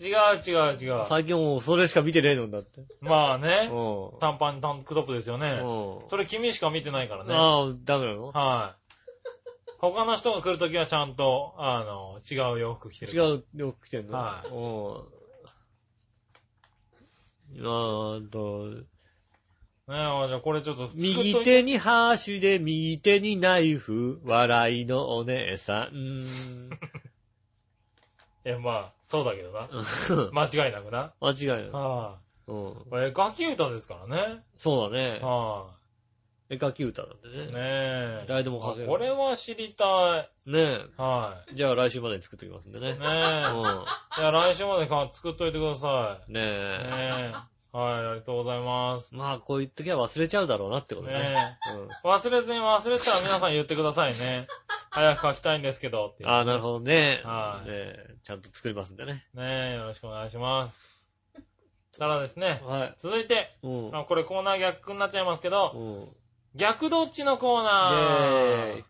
Speaker 3: 違う違う違う。
Speaker 2: 最近もうそれしか見てねえのんだって。
Speaker 3: まあ
Speaker 2: う
Speaker 3: ね。
Speaker 2: ん。
Speaker 3: 短パン、タンクトップですよね。
Speaker 2: うん。
Speaker 3: それ君しか見てないからね。はい、
Speaker 2: ああ、ダメなの
Speaker 3: 他の人が来るときはちゃんと、あの、違う洋服着てる。う。
Speaker 2: 違う洋服着てんの
Speaker 3: はい
Speaker 2: うん。あーと、
Speaker 3: ねあじゃあこれちょっと作っといて
Speaker 2: 右手に箸で右手にナイフ、笑いのお姉さん。
Speaker 3: え、まあ、そうだけどな。
Speaker 2: 間
Speaker 3: 間違いなくな。
Speaker 2: 違いない。
Speaker 3: は
Speaker 2: うん。
Speaker 3: い、これ、ガキ歌ですからね。
Speaker 2: そうだね。
Speaker 3: は
Speaker 2: 絵描き歌なんで
Speaker 3: い、
Speaker 2: ね。
Speaker 3: ね
Speaker 2: ね
Speaker 3: え。
Speaker 2: 誰でも書ける
Speaker 3: あこれは知りたい。は
Speaker 2: え。じゃあ来週までに作ってきますんでね。
Speaker 3: い。ねえ。
Speaker 2: うん。
Speaker 3: いや、来週までか作っといてください。
Speaker 2: ね
Speaker 3: ね
Speaker 2: え。
Speaker 3: え。はい、ありがとうございます。
Speaker 2: まあ、こういう時は忘れちゃうだろうなってことね。
Speaker 3: ねえ。忘れずに忘れてたら皆さん言ってくださいね。早く書きたいんですけどって
Speaker 2: う
Speaker 3: い
Speaker 2: ん。
Speaker 3: う。
Speaker 2: ああ、なるほどね。
Speaker 3: はい
Speaker 2: ねえちゃんと作りますんでね。
Speaker 3: ねえ、よろしくお願いします。ただですね、
Speaker 2: はい。
Speaker 3: 続いて、
Speaker 2: うん。
Speaker 3: あこれコーナー逆になっちゃいますけ
Speaker 2: う
Speaker 3: ど、
Speaker 2: ん。ね
Speaker 3: 逆どっちのコーナー
Speaker 2: え。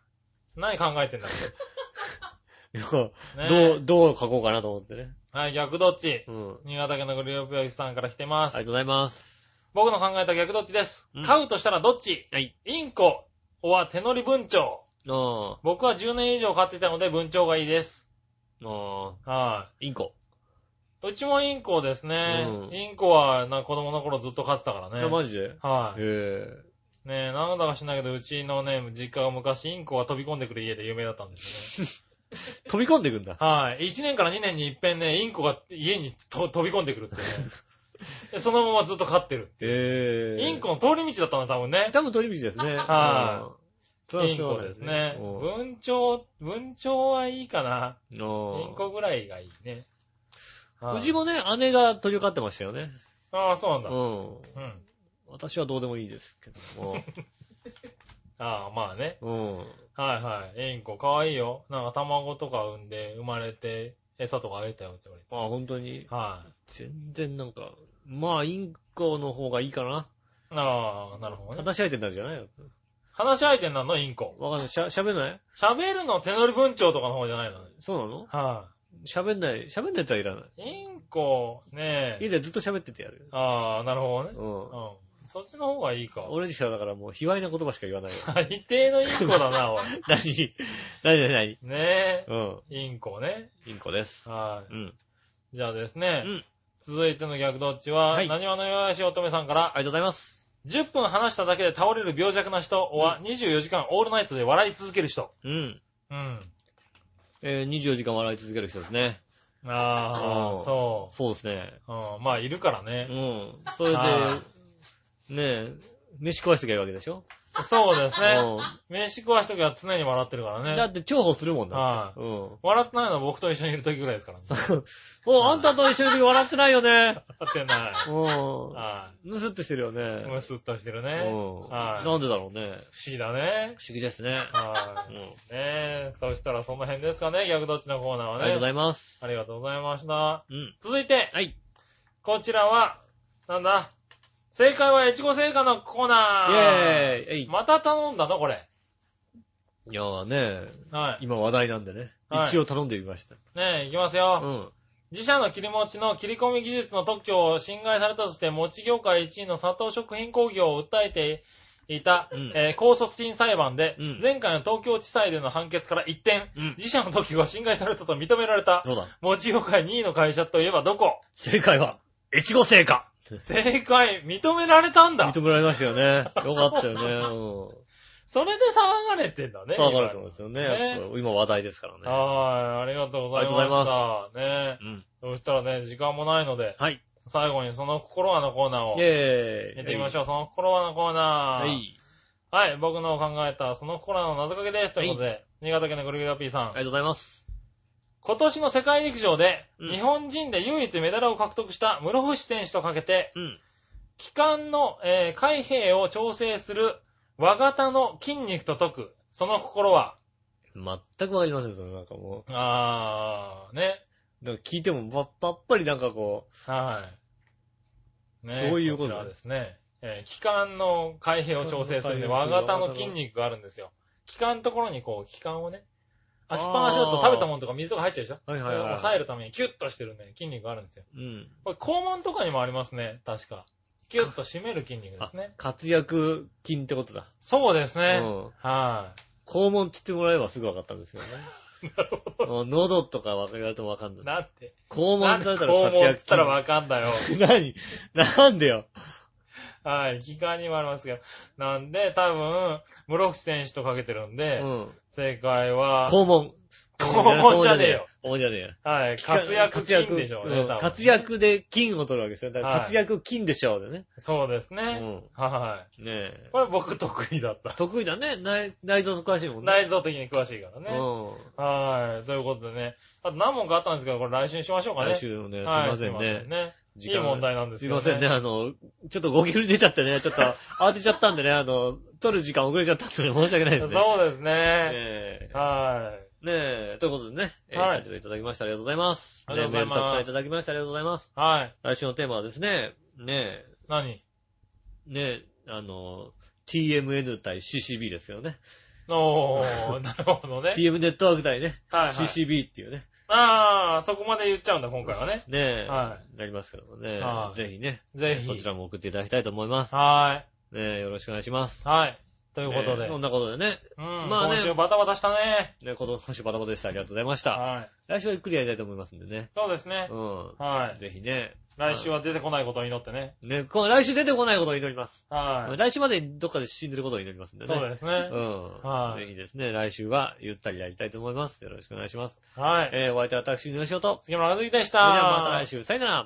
Speaker 3: 何考えてんだっ
Speaker 2: いや
Speaker 3: け、ねえ
Speaker 2: どう、どう書こうかなと思ってね。
Speaker 3: はい、逆どっち。
Speaker 2: うん。
Speaker 3: 新潟県のグループヨイさんから来てま
Speaker 2: あり
Speaker 3: す。
Speaker 2: がとうございます。
Speaker 3: 僕の考えた逆どっちです。
Speaker 2: うん
Speaker 3: 買うとしたらどっち
Speaker 2: はい。
Speaker 3: インコ、おは手乗り文鳥。
Speaker 2: あ
Speaker 3: 僕は10年以上飼ってたので文鳥がいいです。
Speaker 2: あ、ああ、
Speaker 3: はい。
Speaker 2: インコ。
Speaker 3: うちもインコですね。
Speaker 2: うん
Speaker 3: インコはな子供の頃ずっと飼ってたから
Speaker 2: じゃあ
Speaker 3: ね。
Speaker 2: マジで
Speaker 3: は
Speaker 2: へ
Speaker 3: い。
Speaker 2: え。
Speaker 3: ねえ、なんだか知んないけど、うちのね、実家が昔インコが飛び込んでくる家で有名だった んですよね。
Speaker 2: 飛び込んでいくんだ。
Speaker 3: はい。1年から2年に一遍ね、インコが家にと飛び込んでくるってね。 でそのままずっと飼ってる。
Speaker 2: へえ。
Speaker 3: インコの通り道だったんだ、多分ね。
Speaker 2: 多分鳥道ですね。
Speaker 3: は
Speaker 2: うんそり
Speaker 3: イ
Speaker 2: ゃ
Speaker 3: ン
Speaker 2: そう
Speaker 3: コ
Speaker 2: だよ
Speaker 3: ですね。
Speaker 2: うん
Speaker 3: 文鳥、文鳥はいいかな。イン
Speaker 2: あ
Speaker 3: コぐらいがいいね。
Speaker 2: あ
Speaker 3: はい
Speaker 2: うんうちもね、姉が鳥を飼ってましたよね。
Speaker 3: ああ、そうなん
Speaker 2: う
Speaker 3: だ。
Speaker 2: ん。
Speaker 3: うん。
Speaker 2: 私はどうでもいいですけど も。
Speaker 3: ああ、まあね。
Speaker 2: うん。
Speaker 3: はいはい。インコかわいいよ。なんか卵とか産んで生まれて餌とかあげたよって言われて。
Speaker 2: まあ本当に、
Speaker 3: は
Speaker 2: 全然なんか、まあインコの方がいいかな。
Speaker 3: ああ、なるほどね。
Speaker 2: 話し相手になるじゃない
Speaker 3: 話し相手になるのインコ。
Speaker 2: わかんない。しゃ、喋んない
Speaker 3: 喋るの手乗り文鳥とかの方じゃないのね。
Speaker 2: そうなの
Speaker 3: は。
Speaker 2: 喋んない。喋んないとはいらない
Speaker 3: インコ、ね
Speaker 2: い。家
Speaker 3: え。
Speaker 2: でずっと喋っててやるよ。
Speaker 3: ああ、なるほどね。
Speaker 2: うん。
Speaker 3: うん。そっちの方がいいか。。
Speaker 2: 俺にしたらだからもう、卑猥な言葉しか言わないよ
Speaker 3: 最低のインコだな、おい。
Speaker 2: 何何何何
Speaker 3: ねえ。
Speaker 2: うん。
Speaker 3: インコね。
Speaker 2: インコです。
Speaker 3: は
Speaker 2: うん。
Speaker 3: い。じゃあですね。
Speaker 2: うん
Speaker 3: 続いての逆どっちは、
Speaker 2: はい
Speaker 3: 何話の弱いし乙女さんから、
Speaker 2: ありがとうございます。
Speaker 3: 10分話しただけで倒れる病弱な人は、24時間オールナイトで笑い続ける人。
Speaker 2: うん。
Speaker 3: うん。
Speaker 2: えー、24時間笑い続ける人ですね。
Speaker 3: あ
Speaker 2: う
Speaker 3: あ、
Speaker 2: ん
Speaker 3: そ
Speaker 2: そうですね。
Speaker 3: う。うん。まあ、いるから
Speaker 2: う
Speaker 3: ね。
Speaker 2: ん。それで
Speaker 3: あ、
Speaker 2: ねえ、飯食わしときゃいいわけでしょ
Speaker 3: そうですね。
Speaker 2: う
Speaker 3: 飯食わしときは常に笑ってるから
Speaker 2: ん。だ
Speaker 3: ね。
Speaker 2: って重宝するもんだ。
Speaker 3: はい。
Speaker 2: うん。
Speaker 3: 笑ってないのは僕と一緒にいる時ぐらいですからね。
Speaker 2: お、あんたと一緒の時笑ってないよね。
Speaker 3: 笑ってない。
Speaker 2: う
Speaker 3: は
Speaker 2: ん。むすっとしてるよ
Speaker 3: い。
Speaker 2: ね。
Speaker 3: むすっとしてる
Speaker 2: う
Speaker 3: ね。
Speaker 2: ん。
Speaker 3: はい
Speaker 2: なんでだろうね。
Speaker 3: 不思議だね。
Speaker 2: 不思議ですね。
Speaker 3: は
Speaker 2: う
Speaker 3: い
Speaker 2: ん。。
Speaker 3: ねえ、そしたらその辺ですかね、逆どっちのコーナー
Speaker 2: あ
Speaker 3: は
Speaker 2: り
Speaker 3: ね。
Speaker 2: がとうございます。
Speaker 3: ありがとうございました。
Speaker 2: うん。
Speaker 3: 続いて、
Speaker 2: はい。
Speaker 3: こちらは、なんだ、正解は越後製菓のコーナ
Speaker 2: イェー
Speaker 3: ー。
Speaker 2: イえい。
Speaker 3: また頼んだのこれ。
Speaker 2: いやーね、
Speaker 3: はい。
Speaker 2: 今話題なんでね。
Speaker 3: はい
Speaker 2: 一応頼んでみました。
Speaker 3: ねえ、いきます
Speaker 2: う
Speaker 3: よ。
Speaker 2: ん。
Speaker 3: 自社の切り餅の切り込み技術の特許を侵害されたとして、餅業界1位の佐藤食品工業を訴えていた、
Speaker 2: うん
Speaker 3: えー控訴審裁判で、
Speaker 2: うん
Speaker 3: 前回の東京地裁での判決から一転、
Speaker 2: うん。
Speaker 3: 自社の特許が侵害されたと認められた、
Speaker 2: そうだ。
Speaker 3: 餅業界2位の会社といえばどこ
Speaker 2: 正解は、越後製菓。
Speaker 3: 正解、認められたんだ。
Speaker 2: 認められましたよね。よかったよね。
Speaker 3: それで騒がれてんだ
Speaker 2: う
Speaker 3: ね。
Speaker 2: ん。騒がれてますよね。
Speaker 3: ね
Speaker 2: やっぱ今話題ですからね。
Speaker 3: はい、ありがとうございました。
Speaker 2: ありが
Speaker 3: ねえ
Speaker 2: うん。
Speaker 3: そしたらね、時間もないので、
Speaker 2: はい。
Speaker 3: 最後にその心はのコーナーを
Speaker 2: イェーイ。
Speaker 3: やってみまし
Speaker 2: ょ
Speaker 3: ょう。その心はのコー
Speaker 2: う
Speaker 3: ナ
Speaker 2: は。
Speaker 3: ー。
Speaker 2: い。
Speaker 3: はい、僕の考えたその心はの謎かけです。ということで、新潟県のぐるぐるラピーさ
Speaker 2: あり。
Speaker 3: ん
Speaker 2: がとうございます。
Speaker 3: 今年の世界陸上で、
Speaker 2: うん
Speaker 3: 日本人で唯一メダルを獲得した室伏選手とかけて、
Speaker 2: うん。
Speaker 3: 気管の、えー開閉を調整する和型の筋肉と解く、その心は。
Speaker 2: 全くわかりません、そのなんかもう。
Speaker 3: あー、ね。
Speaker 2: なんか聞いてもば、ばっぱりなんかこ
Speaker 3: はい。ね
Speaker 2: どういうこと
Speaker 3: こちらですね。えー気管の開閉を調整するんで、和型の筋肉があるんですよ。気管のところにこう、気管をね、開きっぱなしだと食べたものとか水とか入っちゃうでしょ
Speaker 2: う、はい
Speaker 3: これを抑えるためにキュッとしてるね、筋肉があるんですよ。
Speaker 2: うん。
Speaker 3: これ肛門とかにもありますね、確か。キュッと締める筋肉ですね。
Speaker 2: 活躍金ってことだ。
Speaker 3: そうですね。
Speaker 2: うん
Speaker 3: は
Speaker 2: 肛門って言ってもらえばすぐわかったんです よね。うん喉とかわか言われてもわかん
Speaker 3: い。
Speaker 2: ない。
Speaker 3: だって。
Speaker 2: 肛門
Speaker 3: なん
Speaker 2: って
Speaker 3: で
Speaker 2: 言われた
Speaker 3: 肛門っ
Speaker 2: ら
Speaker 3: つったら
Speaker 2: 活
Speaker 3: わかんだよ。
Speaker 2: 躍金。 何なんでよ。
Speaker 3: はい。気管にもありますけど。なんで、多分、室伏選手とかけてるん
Speaker 2: う
Speaker 3: で、
Speaker 2: ん。
Speaker 3: 正解は、
Speaker 2: 肛門。
Speaker 3: 肛門じゃねえよ。
Speaker 2: 肛門じゃねえよ。
Speaker 3: はい。活躍金でしょうね、
Speaker 2: うん
Speaker 3: 多分。
Speaker 2: 活。躍で金を取るわけですよ。だから
Speaker 3: はい
Speaker 2: 活躍金でしょうでね。
Speaker 3: そうです
Speaker 2: う
Speaker 3: ね。
Speaker 2: ん。
Speaker 3: は
Speaker 2: ねえ
Speaker 3: い。。これ僕得意だった。
Speaker 2: 得意だね。内内臓詳しいもんね。
Speaker 3: 内臓的に詳しいからね。
Speaker 2: う。
Speaker 3: はい。ということでね。あと何問かあったんですけど、これ来週にしましょうんかね。
Speaker 2: 来週もね、すい
Speaker 3: はい。
Speaker 2: ませんね
Speaker 3: すい。ね。
Speaker 2: 時
Speaker 3: いい
Speaker 2: 間が
Speaker 3: 問題なんです
Speaker 2: すい
Speaker 3: よ
Speaker 2: ませんね、。あの、ちょっとゴキブリ出ちゃってね、ちょっ と慌てちゃったんでね、あの、撮る時間遅れちゃったんで申し訳ないですね。
Speaker 3: そうですね。
Speaker 2: ええ
Speaker 3: はい。
Speaker 2: ねえ、ということでね、えー、
Speaker 3: はい
Speaker 2: い、いただきました。ありがとうございます。
Speaker 3: ありがとうございます
Speaker 2: ねメールたくさんいただきました。ありがとうございます。
Speaker 3: はい。
Speaker 2: 来週のテーマはですね、ね
Speaker 3: 何
Speaker 2: え、ねえ、あの、TMN 対 CCB ですよね。
Speaker 3: お ー、なるほどね。
Speaker 2: TM ネットワーク対ね、
Speaker 3: はいはい。
Speaker 2: CCB っていうね、
Speaker 3: あー、そこまで言っちゃうんだ、今回はね。
Speaker 2: ねえ、
Speaker 3: は
Speaker 2: なりますけどもね
Speaker 3: は、い
Speaker 2: ぜひね、
Speaker 3: ぜ
Speaker 2: そ
Speaker 3: ひ
Speaker 2: ち。らも送っていただきたいと思います。
Speaker 3: は
Speaker 2: ねえ、よろしくお願いします。
Speaker 3: い。はい。とい
Speaker 2: と
Speaker 3: うことで。
Speaker 2: そんなことでね、
Speaker 3: うん、
Speaker 2: まあね
Speaker 3: 今週バタバタしたね。
Speaker 2: ね、子供、今週バタバタでした。ありがとうございました。
Speaker 3: はい。
Speaker 2: 来週はゆっくりやりたいと思いますんでね。
Speaker 3: そうですね
Speaker 2: う。
Speaker 3: は
Speaker 2: ん。
Speaker 3: い。
Speaker 2: ぜひね。
Speaker 3: 来週は出てこないことを祈ってね。
Speaker 2: ね、こ来週出てこないことを祈ります。
Speaker 3: は
Speaker 2: 来週までにどっかで死んでることを祈りますん
Speaker 3: い。
Speaker 2: でね。
Speaker 3: そうですね
Speaker 2: う。ん。
Speaker 3: はい
Speaker 2: ぜひですね、来週はゆったりやりたいと思います。よろしくお願いします。
Speaker 3: はい。
Speaker 2: えー、お相手は私、のしおと。
Speaker 3: 杉村和之でした。
Speaker 2: それじゃあまた来週、さよなら。